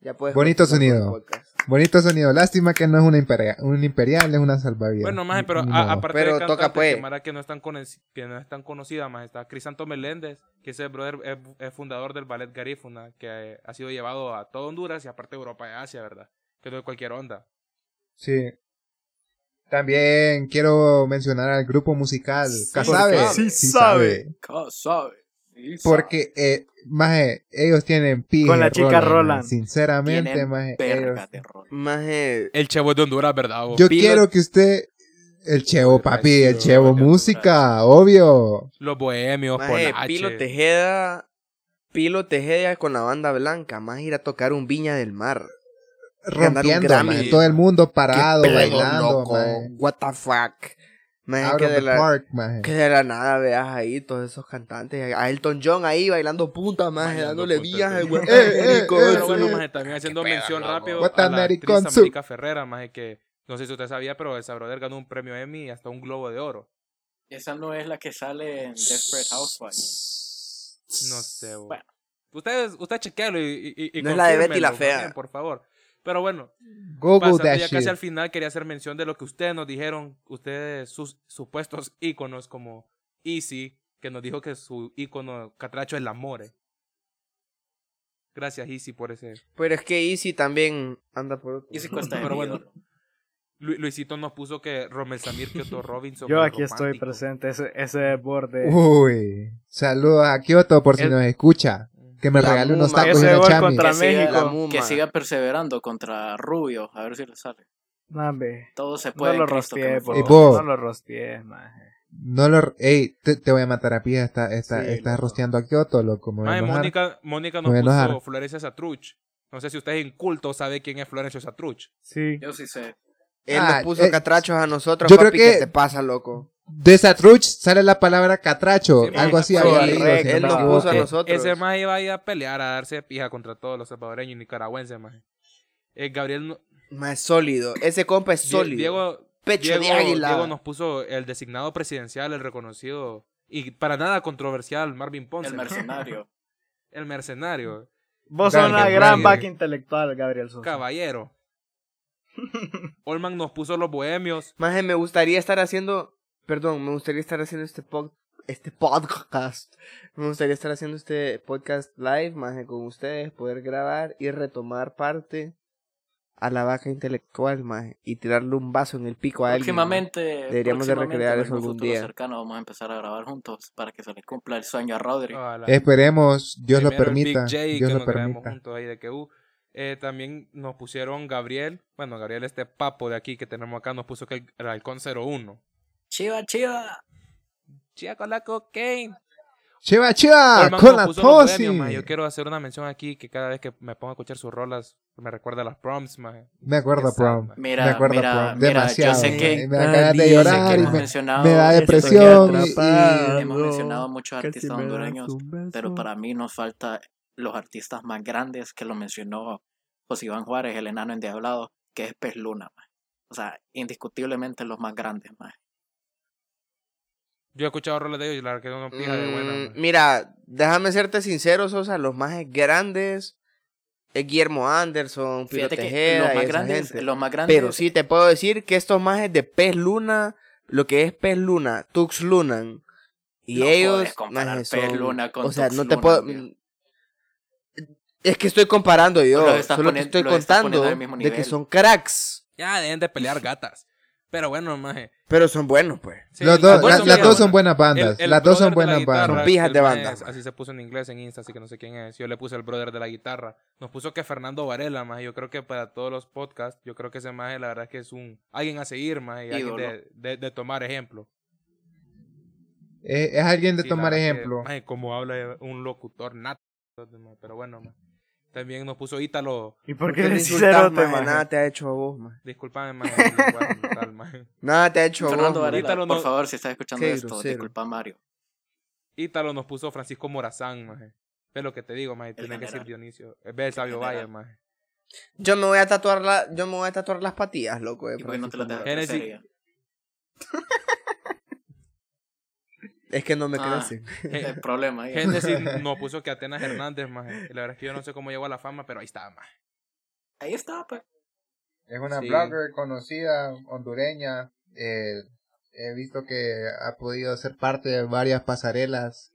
Speaker 4: Ya puedes
Speaker 6: Bonito
Speaker 4: continuar con el
Speaker 6: sonido.
Speaker 4: podcast.
Speaker 6: Bonito sonido. Lástima que no es una imperial, un imperial es una salvavidas.
Speaker 3: Bueno, más, pero
Speaker 6: Ni
Speaker 3: a-
Speaker 6: modo.
Speaker 3: aparte
Speaker 4: Pero
Speaker 3: de
Speaker 4: toca,
Speaker 3: cantantes
Speaker 4: pues.
Speaker 3: que, mara, que no están que no es tan conocida, más está Crisanto Meléndez, que ese brother es, es fundador del Ballet Garífuna, que eh, ha sido llevado a todo Honduras y aparte Europa y Asia, ¿verdad? Que no es cualquier onda.
Speaker 6: Sí. También quiero mencionar al grupo musical
Speaker 5: Sí
Speaker 6: Casabe.
Speaker 5: sabe.
Speaker 7: Sí sabe.
Speaker 5: Ca- sabe, sí
Speaker 6: Porque, eh, maje, ellos tienen pija.
Speaker 7: Con la chica
Speaker 6: Roland, maje.
Speaker 7: Roland.
Speaker 5: sabe.
Speaker 6: Sinceramente,
Speaker 5: Tienen
Speaker 6: maje, ellos-
Speaker 5: verga de
Speaker 4: Mm.
Speaker 5: rol.
Speaker 4: Maje,
Speaker 3: El chavo es de Honduras, ¿verdad? vos?
Speaker 6: Yo
Speaker 4: Pilo-
Speaker 6: quiero que usted. El Chevo, papi, el Chevo
Speaker 3: Gracias.
Speaker 6: música, obvio.
Speaker 3: Los bohemios,
Speaker 4: maje,
Speaker 3: Polache.
Speaker 4: Pilo Tejeda, Pilo Tejeda con la banda blanca, más ir a tocar un Viña del Mar. Ganar un
Speaker 6: Rompiendo,
Speaker 4: Grammy.
Speaker 6: maje, todo el mundo parado,
Speaker 4: Qué pedo,
Speaker 6: bailando,
Speaker 4: loco,
Speaker 6: maje.
Speaker 4: what the fuck. Maje,
Speaker 6: Out
Speaker 4: que,
Speaker 6: of
Speaker 4: de
Speaker 6: the
Speaker 4: la,
Speaker 6: park, maje.
Speaker 4: que de la nada veas ahí todos esos cantantes, a Elton John ahí bailando punta, maje,
Speaker 3: Bailando
Speaker 4: dándole
Speaker 3: punta,
Speaker 4: viaje,
Speaker 3: sí.
Speaker 4: güey.
Speaker 6: Eh, eh, eh,
Speaker 3: Pero
Speaker 6: sí.
Speaker 3: bueno, maje, también haciendo mención rápido
Speaker 6: What
Speaker 3: a
Speaker 6: an
Speaker 3: la actriz
Speaker 6: Ericonsu.
Speaker 3: América Ferrera, maje, que no sé si usted sabía, pero esa brother ganó un premio Emmy y hasta un Globo de Oro.
Speaker 5: Esa no es la que sale en Desperate Housewives.
Speaker 3: No sé, bo.
Speaker 5: Bueno.
Speaker 3: Ustedes, usted chequealo y, y, y
Speaker 4: No es la de Betty la
Speaker 3: confírmenlo
Speaker 4: Fea.
Speaker 3: también, por favor. Pero bueno,
Speaker 6: Google
Speaker 3: pasando
Speaker 6: that
Speaker 3: ya
Speaker 6: shit.
Speaker 3: casi al final, quería hacer mención de lo que ustedes nos dijeron, ustedes, sus supuestos íconos como Easy, que nos dijo que su ícono catracho es el amore. Gracias, Easy, por ese.
Speaker 4: Pero es que Easy también anda por otro.
Speaker 5: Y si cuesta de
Speaker 3: Pero
Speaker 5: mi
Speaker 3: bueno,
Speaker 5: ídolo.
Speaker 3: Lu- Luisito nos puso que Romel Samir Kyoto Robinson.
Speaker 7: Yo
Speaker 3: el
Speaker 7: aquí estoy
Speaker 3: romántico.
Speaker 7: presente, ese, ese borde.
Speaker 4: Uh,
Speaker 6: Uy. Saludos a Kioto por si
Speaker 7: El-
Speaker 6: nos escucha. Que me
Speaker 4: La
Speaker 6: regaló unos
Speaker 4: Muma.
Speaker 6: tacos y
Speaker 7: Ese
Speaker 6: una
Speaker 7: gol
Speaker 6: chami.
Speaker 7: contra
Speaker 5: Que siga-
Speaker 7: México.
Speaker 4: la Muma.
Speaker 5: Que siga perseverando contra Rubio, a ver si le sale.
Speaker 7: No, hombre,
Speaker 5: Todo se
Speaker 7: no
Speaker 5: puede.
Speaker 7: lo
Speaker 5: en Cristo que
Speaker 7: rostees,
Speaker 5: me
Speaker 7: po.
Speaker 6: Y
Speaker 5: fortalece.
Speaker 6: vos.
Speaker 7: No lo rostees, maje.
Speaker 6: No lo. Ey, te, te voy a matar a pie. Estás
Speaker 4: Sí,
Speaker 6: está
Speaker 4: loco.
Speaker 6: rosteando a Kioto, loco. me voy a
Speaker 3: Mae,
Speaker 6: enojar.
Speaker 3: Ah, Mónica, Mónica
Speaker 6: Me voy a
Speaker 3: nos
Speaker 6: enojar.
Speaker 3: puso Florencia Satruch. No sé si usted es inculto sabe quién es Florencio Satruch.
Speaker 7: Sí.
Speaker 5: Yo sí sé.
Speaker 4: Él
Speaker 6: Ah,
Speaker 4: nos puso
Speaker 6: eh,
Speaker 4: catrachos a nosotros,
Speaker 6: yo
Speaker 4: papi,
Speaker 6: creo que-
Speaker 4: ¿qué te pasa, loco?
Speaker 6: De Satruch sale la palabra catracho,
Speaker 3: Sí,
Speaker 6: algo así
Speaker 3: sí,
Speaker 6: había
Speaker 3: correcto,
Speaker 6: leído. si no
Speaker 4: él
Speaker 6: me
Speaker 4: nos
Speaker 6: equivoco.
Speaker 4: puso a nosotros.
Speaker 3: Ese más iba a ir a pelear, a darse de pija contra todos los salvadoreños y nicaragüenses, más. Gabriel, no-
Speaker 4: Más sólido. Ese compa es
Speaker 3: Die-
Speaker 4: sólido.
Speaker 3: Diego,
Speaker 4: Pecho de
Speaker 3: Diego-
Speaker 4: águila.
Speaker 3: Diego nos puso el designado presidencial, el reconocido y para nada controversial Marvin Ponce.
Speaker 5: El
Speaker 3: man.
Speaker 5: mercenario.
Speaker 3: El mercenario,
Speaker 7: Vos sos una
Speaker 6: Gabriel,
Speaker 7: gran
Speaker 3: Gabriel.
Speaker 7: vaca intelectual, Gabriel Sosa.
Speaker 3: caballero. Olman nos puso los bohemios.
Speaker 4: Maje, me gustaría estar haciendo. Perdón, me gustaría estar haciendo este pod- este podcast. Me gustaría estar haciendo este podcast live, maje, con ustedes, poder grabar y retomar parte a la vaca intelectual, maje, y tirarle un vaso en el pico a él.
Speaker 5: próximamente.
Speaker 4: Deberíamos de
Speaker 5: próximamente,
Speaker 4: recrear
Speaker 5: en
Speaker 4: eso
Speaker 5: un
Speaker 4: algún
Speaker 5: futuro
Speaker 4: día.
Speaker 5: cercano vamos a empezar a grabar juntos para que se le cumpla el sueño a Rodri.
Speaker 3: Ojalá.
Speaker 6: Esperemos, Dios lo
Speaker 3: Primero el Big
Speaker 6: permita.
Speaker 3: J,
Speaker 6: Dios
Speaker 3: que
Speaker 6: lo
Speaker 3: nos quedamos
Speaker 6: permita.
Speaker 3: juntos ahí de que, uh, eh, también nos pusieron Gabriel, bueno, Gabriel este papo de aquí que tenemos acá nos puso que el, el halcón 01.
Speaker 5: Chiva, chiva.
Speaker 3: Chia con la cocaine.
Speaker 6: Chiva, chiva,
Speaker 3: Olman
Speaker 6: Ah, con
Speaker 3: nos
Speaker 6: la
Speaker 3: puso los
Speaker 6: tosi.
Speaker 3: bohemios, maje. Yo quiero hacer una mención aquí que cada vez que me pongo a escuchar sus rolas me recuerda a las proms, maje.
Speaker 6: Me acuerdo
Speaker 3: Qué sad,
Speaker 6: prom.
Speaker 3: maje.
Speaker 5: Mira,
Speaker 6: Me acuerdo,
Speaker 5: mira,
Speaker 6: Prom,
Speaker 5: mira,
Speaker 6: demasiado,
Speaker 5: yo sé
Speaker 6: man.
Speaker 5: que,
Speaker 6: Me
Speaker 4: Ay,
Speaker 6: dan ganas de
Speaker 4: yo sé
Speaker 5: yo sé que
Speaker 6: llorar. y
Speaker 5: hemos
Speaker 4: no.
Speaker 6: me-
Speaker 5: mencionado,
Speaker 6: me da
Speaker 5: esto que
Speaker 6: depresión y-
Speaker 5: atrapado,
Speaker 6: y-
Speaker 5: hemos mencionado muchos artistas hondureños, pero para mí nos falta los artistas más grandes que lo mencionó José Iván Juárez, el enano endiablado, que es Pez Luna. man. O sea, indiscutiblemente los más grandes. man.
Speaker 3: Yo he escuchado rolas de ellos y la verdad que no pija de buena.
Speaker 4: Mm,
Speaker 3: maje.
Speaker 4: mira, déjame serte sincero, Sosa, los más grandes es Guillermo Anderson, Piro
Speaker 5: Fíjate que
Speaker 4: Tejeda
Speaker 5: los
Speaker 4: y
Speaker 5: más
Speaker 4: esa
Speaker 5: grandes,
Speaker 4: gente.
Speaker 5: los más grandes,
Speaker 4: Pero sí te puedo decir que estos majes de Pez Luna, lo que es Pez Luna, Tux Lunan, y
Speaker 5: No
Speaker 4: ellos.
Speaker 5: podés comparar
Speaker 4: majes,
Speaker 5: Pez
Speaker 4: son-
Speaker 5: Luna con
Speaker 4: O sea,
Speaker 5: Tux
Speaker 4: no te
Speaker 5: Lunan,
Speaker 4: puedo. mm,
Speaker 5: viejo.
Speaker 4: Es que estoy comparando yo,
Speaker 5: Lo estás
Speaker 4: solo
Speaker 5: poniendo-
Speaker 4: te estoy
Speaker 5: lo estás poniendo
Speaker 4: contando
Speaker 5: al mismo
Speaker 4: de que
Speaker 5: nivel.
Speaker 4: son cracks,
Speaker 3: Ya dejen de pelear gatas. Pero bueno, maje.
Speaker 4: pero son buenos, pues.
Speaker 3: Sí,
Speaker 6: Los
Speaker 3: el-
Speaker 6: dos-
Speaker 3: bueno,
Speaker 6: la-
Speaker 3: son
Speaker 6: las
Speaker 3: bien
Speaker 6: dos son
Speaker 3: buenas.
Speaker 6: buenas bandas.
Speaker 3: El- el
Speaker 6: las dos son
Speaker 3: brother de la
Speaker 6: buenas
Speaker 3: guitarra,
Speaker 4: Son
Speaker 6: bandas.
Speaker 4: pijas
Speaker 3: el
Speaker 4: de
Speaker 3: man
Speaker 4: banda,
Speaker 3: es-
Speaker 4: man.
Speaker 3: así se puso en inglés en Insta, así que no sé quién es. Yo le puse el brother de la guitarra. Nos puso que Fernando Varela, más. Yo creo que para todos los podcasts, yo creo que ese maje, la verdad es que es un alguien a seguir, más. Y alguien
Speaker 5: Ídolo.
Speaker 3: de, de- de tomar ejemplo.
Speaker 6: Eh, Es, alguien de
Speaker 3: Sí, la
Speaker 6: tomar
Speaker 3: verdad que,
Speaker 6: ejemplo.
Speaker 3: maje, como habla un locutor nato. Pero bueno, maje. También nos puso Ítalo.
Speaker 7: ¿Y por
Speaker 4: Porque
Speaker 7: qué
Speaker 4: me
Speaker 7: decís
Speaker 4: insultas,
Speaker 7: cerote,
Speaker 4: maje,
Speaker 7: maje?
Speaker 4: Nada te ha hecho a vos, maje.
Speaker 3: Disculpame, maje. el lugar brutal, maje.
Speaker 4: Nada te ha hecho a vos,
Speaker 5: Fernando
Speaker 4: maje.
Speaker 5: Varela,
Speaker 3: Ítalo
Speaker 5: por
Speaker 3: no-
Speaker 5: favor, si estás escuchando
Speaker 4: Qué
Speaker 5: esto,
Speaker 4: grosero.
Speaker 5: disculpa Mario.
Speaker 3: Ítalo nos puso Francisco Morazán, maje. Es lo que te digo, maje. Tiene que
Speaker 5: general.
Speaker 3: ser Dionisio. Es el sabio
Speaker 5: general.
Speaker 3: Valle, maje.
Speaker 4: Yo me voy a tatuar la, yo me voy a tatuar las patillas, loco. eh, de
Speaker 5: ¿Y por qué no te lo
Speaker 4: Francisco Morales.
Speaker 5: dejas
Speaker 3: Génesis.
Speaker 5: crecer ya?
Speaker 4: Es que no me
Speaker 5: Ah.
Speaker 4: crecen.
Speaker 3: eh, Gen-
Speaker 5: El problema ahí.
Speaker 3: Génesis nos puso que Atenas Hernández, maje. Y La verdad es que yo no sé cómo llegó a la fama, pero ahí está, maje.
Speaker 5: Ahí está, pues.
Speaker 6: Es una
Speaker 4: Sí.
Speaker 6: blogger conocida, hondureña. eh, he visto que ha podido ser parte de varias pasarelas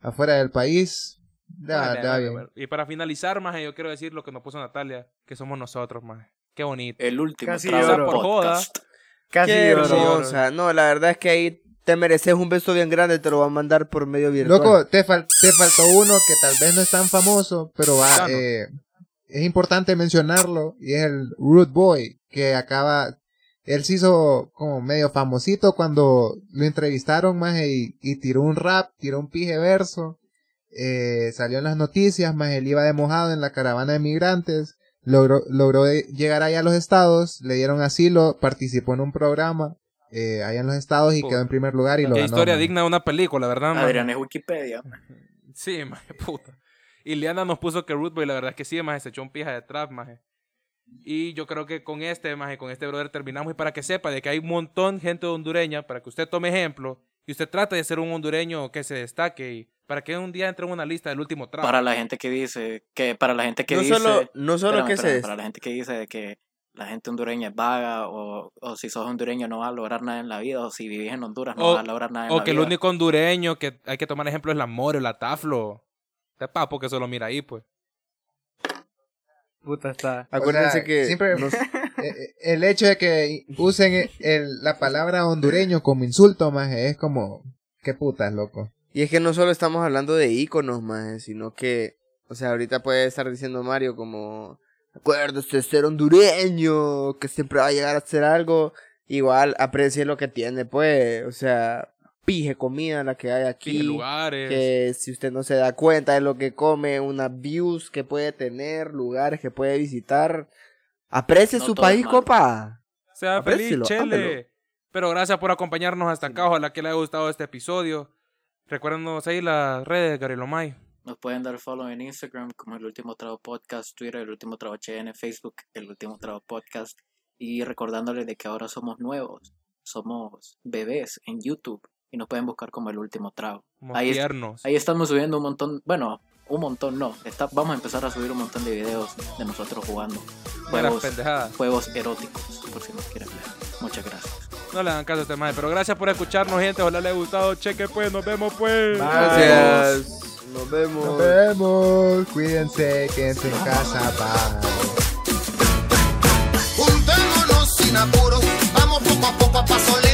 Speaker 6: afuera del país. Da,
Speaker 3: Vale,
Speaker 6: da
Speaker 3: vale,
Speaker 6: bien.
Speaker 3: vale. Y para finalizar, maje, yo quiero decir lo que nos puso Natalia, que somos nosotros, maje. Qué
Speaker 6: Eh,
Speaker 3: bonito.
Speaker 5: El último
Speaker 7: Casi
Speaker 5: trago del
Speaker 7: lloro.
Speaker 5: podcast.
Speaker 7: Casi
Speaker 4: Qué
Speaker 7: lloro.
Speaker 4: hermosa. No, la verdad es que ahí te mereces un beso bien grande, te lo va a mandar por medio virtual.
Speaker 6: Loco, te, fal- te faltó uno que tal vez no es tan famoso, pero va,
Speaker 3: Claro.
Speaker 6: eh, es importante mencionarlo, y es el Root Boy, que acaba, él se hizo como medio famosito cuando lo entrevistaron más y, y tiró un rap, tiró un pije verso, eh, salió en las noticias, más él iba de mojado en la caravana de migrantes, logró, logró de- llegar allá a los estados, le dieron asilo, participó en un programa. eh, allá en los estados y
Speaker 3: Puta.
Speaker 6: quedó en primer lugar y lo
Speaker 3: Qué
Speaker 6: ganó,
Speaker 3: historia
Speaker 6: maje.
Speaker 3: digna de una película, ¿verdad, maje?
Speaker 5: Adrián es Wikipedia.
Speaker 3: Sí, maje, puta. Y Liana nos puso que Rootboy, la verdad es que sí, maje, se echó un pija de trap, maje. Y yo creo que con este, maje, con este brother terminamos. Y para que sepa de que hay un montón de gente hondureña, para que usted tome ejemplo y usted trate de ser un hondureño que se destaque y para que un día entre en una lista del último trap.
Speaker 5: Para la gente que dice, que para la gente que
Speaker 4: no
Speaker 5: dice,
Speaker 4: solo, no solo
Speaker 5: espérame,
Speaker 4: que
Speaker 5: espérame,
Speaker 4: se
Speaker 5: para la gente que dice de que la gente hondureña es vaga o, o si sos hondureño no vas a lograr nada en la vida o si vivís en Honduras no
Speaker 3: O-
Speaker 5: vas a lograr nada en
Speaker 3: O
Speaker 5: la
Speaker 3: que el
Speaker 5: vida.
Speaker 3: único hondureño que hay que tomar ejemplo es la More o la Taflo. Este papo que solo mira ahí, pues.
Speaker 7: Puta está.
Speaker 4: Acuérdense
Speaker 6: O sea,
Speaker 4: que
Speaker 6: siempre-
Speaker 4: nos-
Speaker 6: Eh, eh, el hecho de que usen el- la palabra hondureño como insulto, más es como, qué putas, loco.
Speaker 4: y es que no solo estamos hablando de íconos, maje, sino que, o sea, ahorita puede estar diciendo Mario como, acuérdese de ser hondureño, que siempre va a llegar a hacer algo. Igual aprecie lo que tiene, pues, o sea, pije comida la que hay aquí.
Speaker 3: Pije lugares.
Speaker 4: Que si usted no se da cuenta de lo que come, unas views que puede tener, lugares que puede visitar. Aprecie
Speaker 5: No
Speaker 4: su
Speaker 5: todo es
Speaker 4: país,
Speaker 5: malo.
Speaker 4: copa.
Speaker 3: Sea feliz,
Speaker 4: Aprécielo, ámelo.
Speaker 3: Chele. Pero gracias por acompañarnos hasta acá. Ojalá que le haya gustado este episodio. Recuérdenos ahí las redes, Gabriel Omay.
Speaker 5: Nos pueden dar follow en Instagram como el último trago podcast, Twitter, el último trago HN, Facebook, el último trago podcast. Y recordándoles de que ahora somos nuevos, somos bebés en YouTube y nos pueden buscar como el último trago.
Speaker 3: Como
Speaker 5: Ahí es-
Speaker 3: tiernos.
Speaker 5: Ahí estamos subiendo un montón, bueno, un montón no, está, vamos a empezar a subir un montón de videos de nosotros jugando
Speaker 3: Buenas
Speaker 5: juegos,
Speaker 3: pendejadas.
Speaker 5: juegos eróticos, por si nos quieren ver. Muchas gracias.
Speaker 3: No le hagan caso a este mae. Pero gracias por escucharnos, gente. Ojalá le haya gustado. Cheque, pues. Nos vemos, pues.
Speaker 4: Gracias. Nos vemos.
Speaker 6: Nos vemos. Cuídense, quédense en casa. Bye.
Speaker 8: Juntémonos sin apuro, vamos poco a poco a paso lento.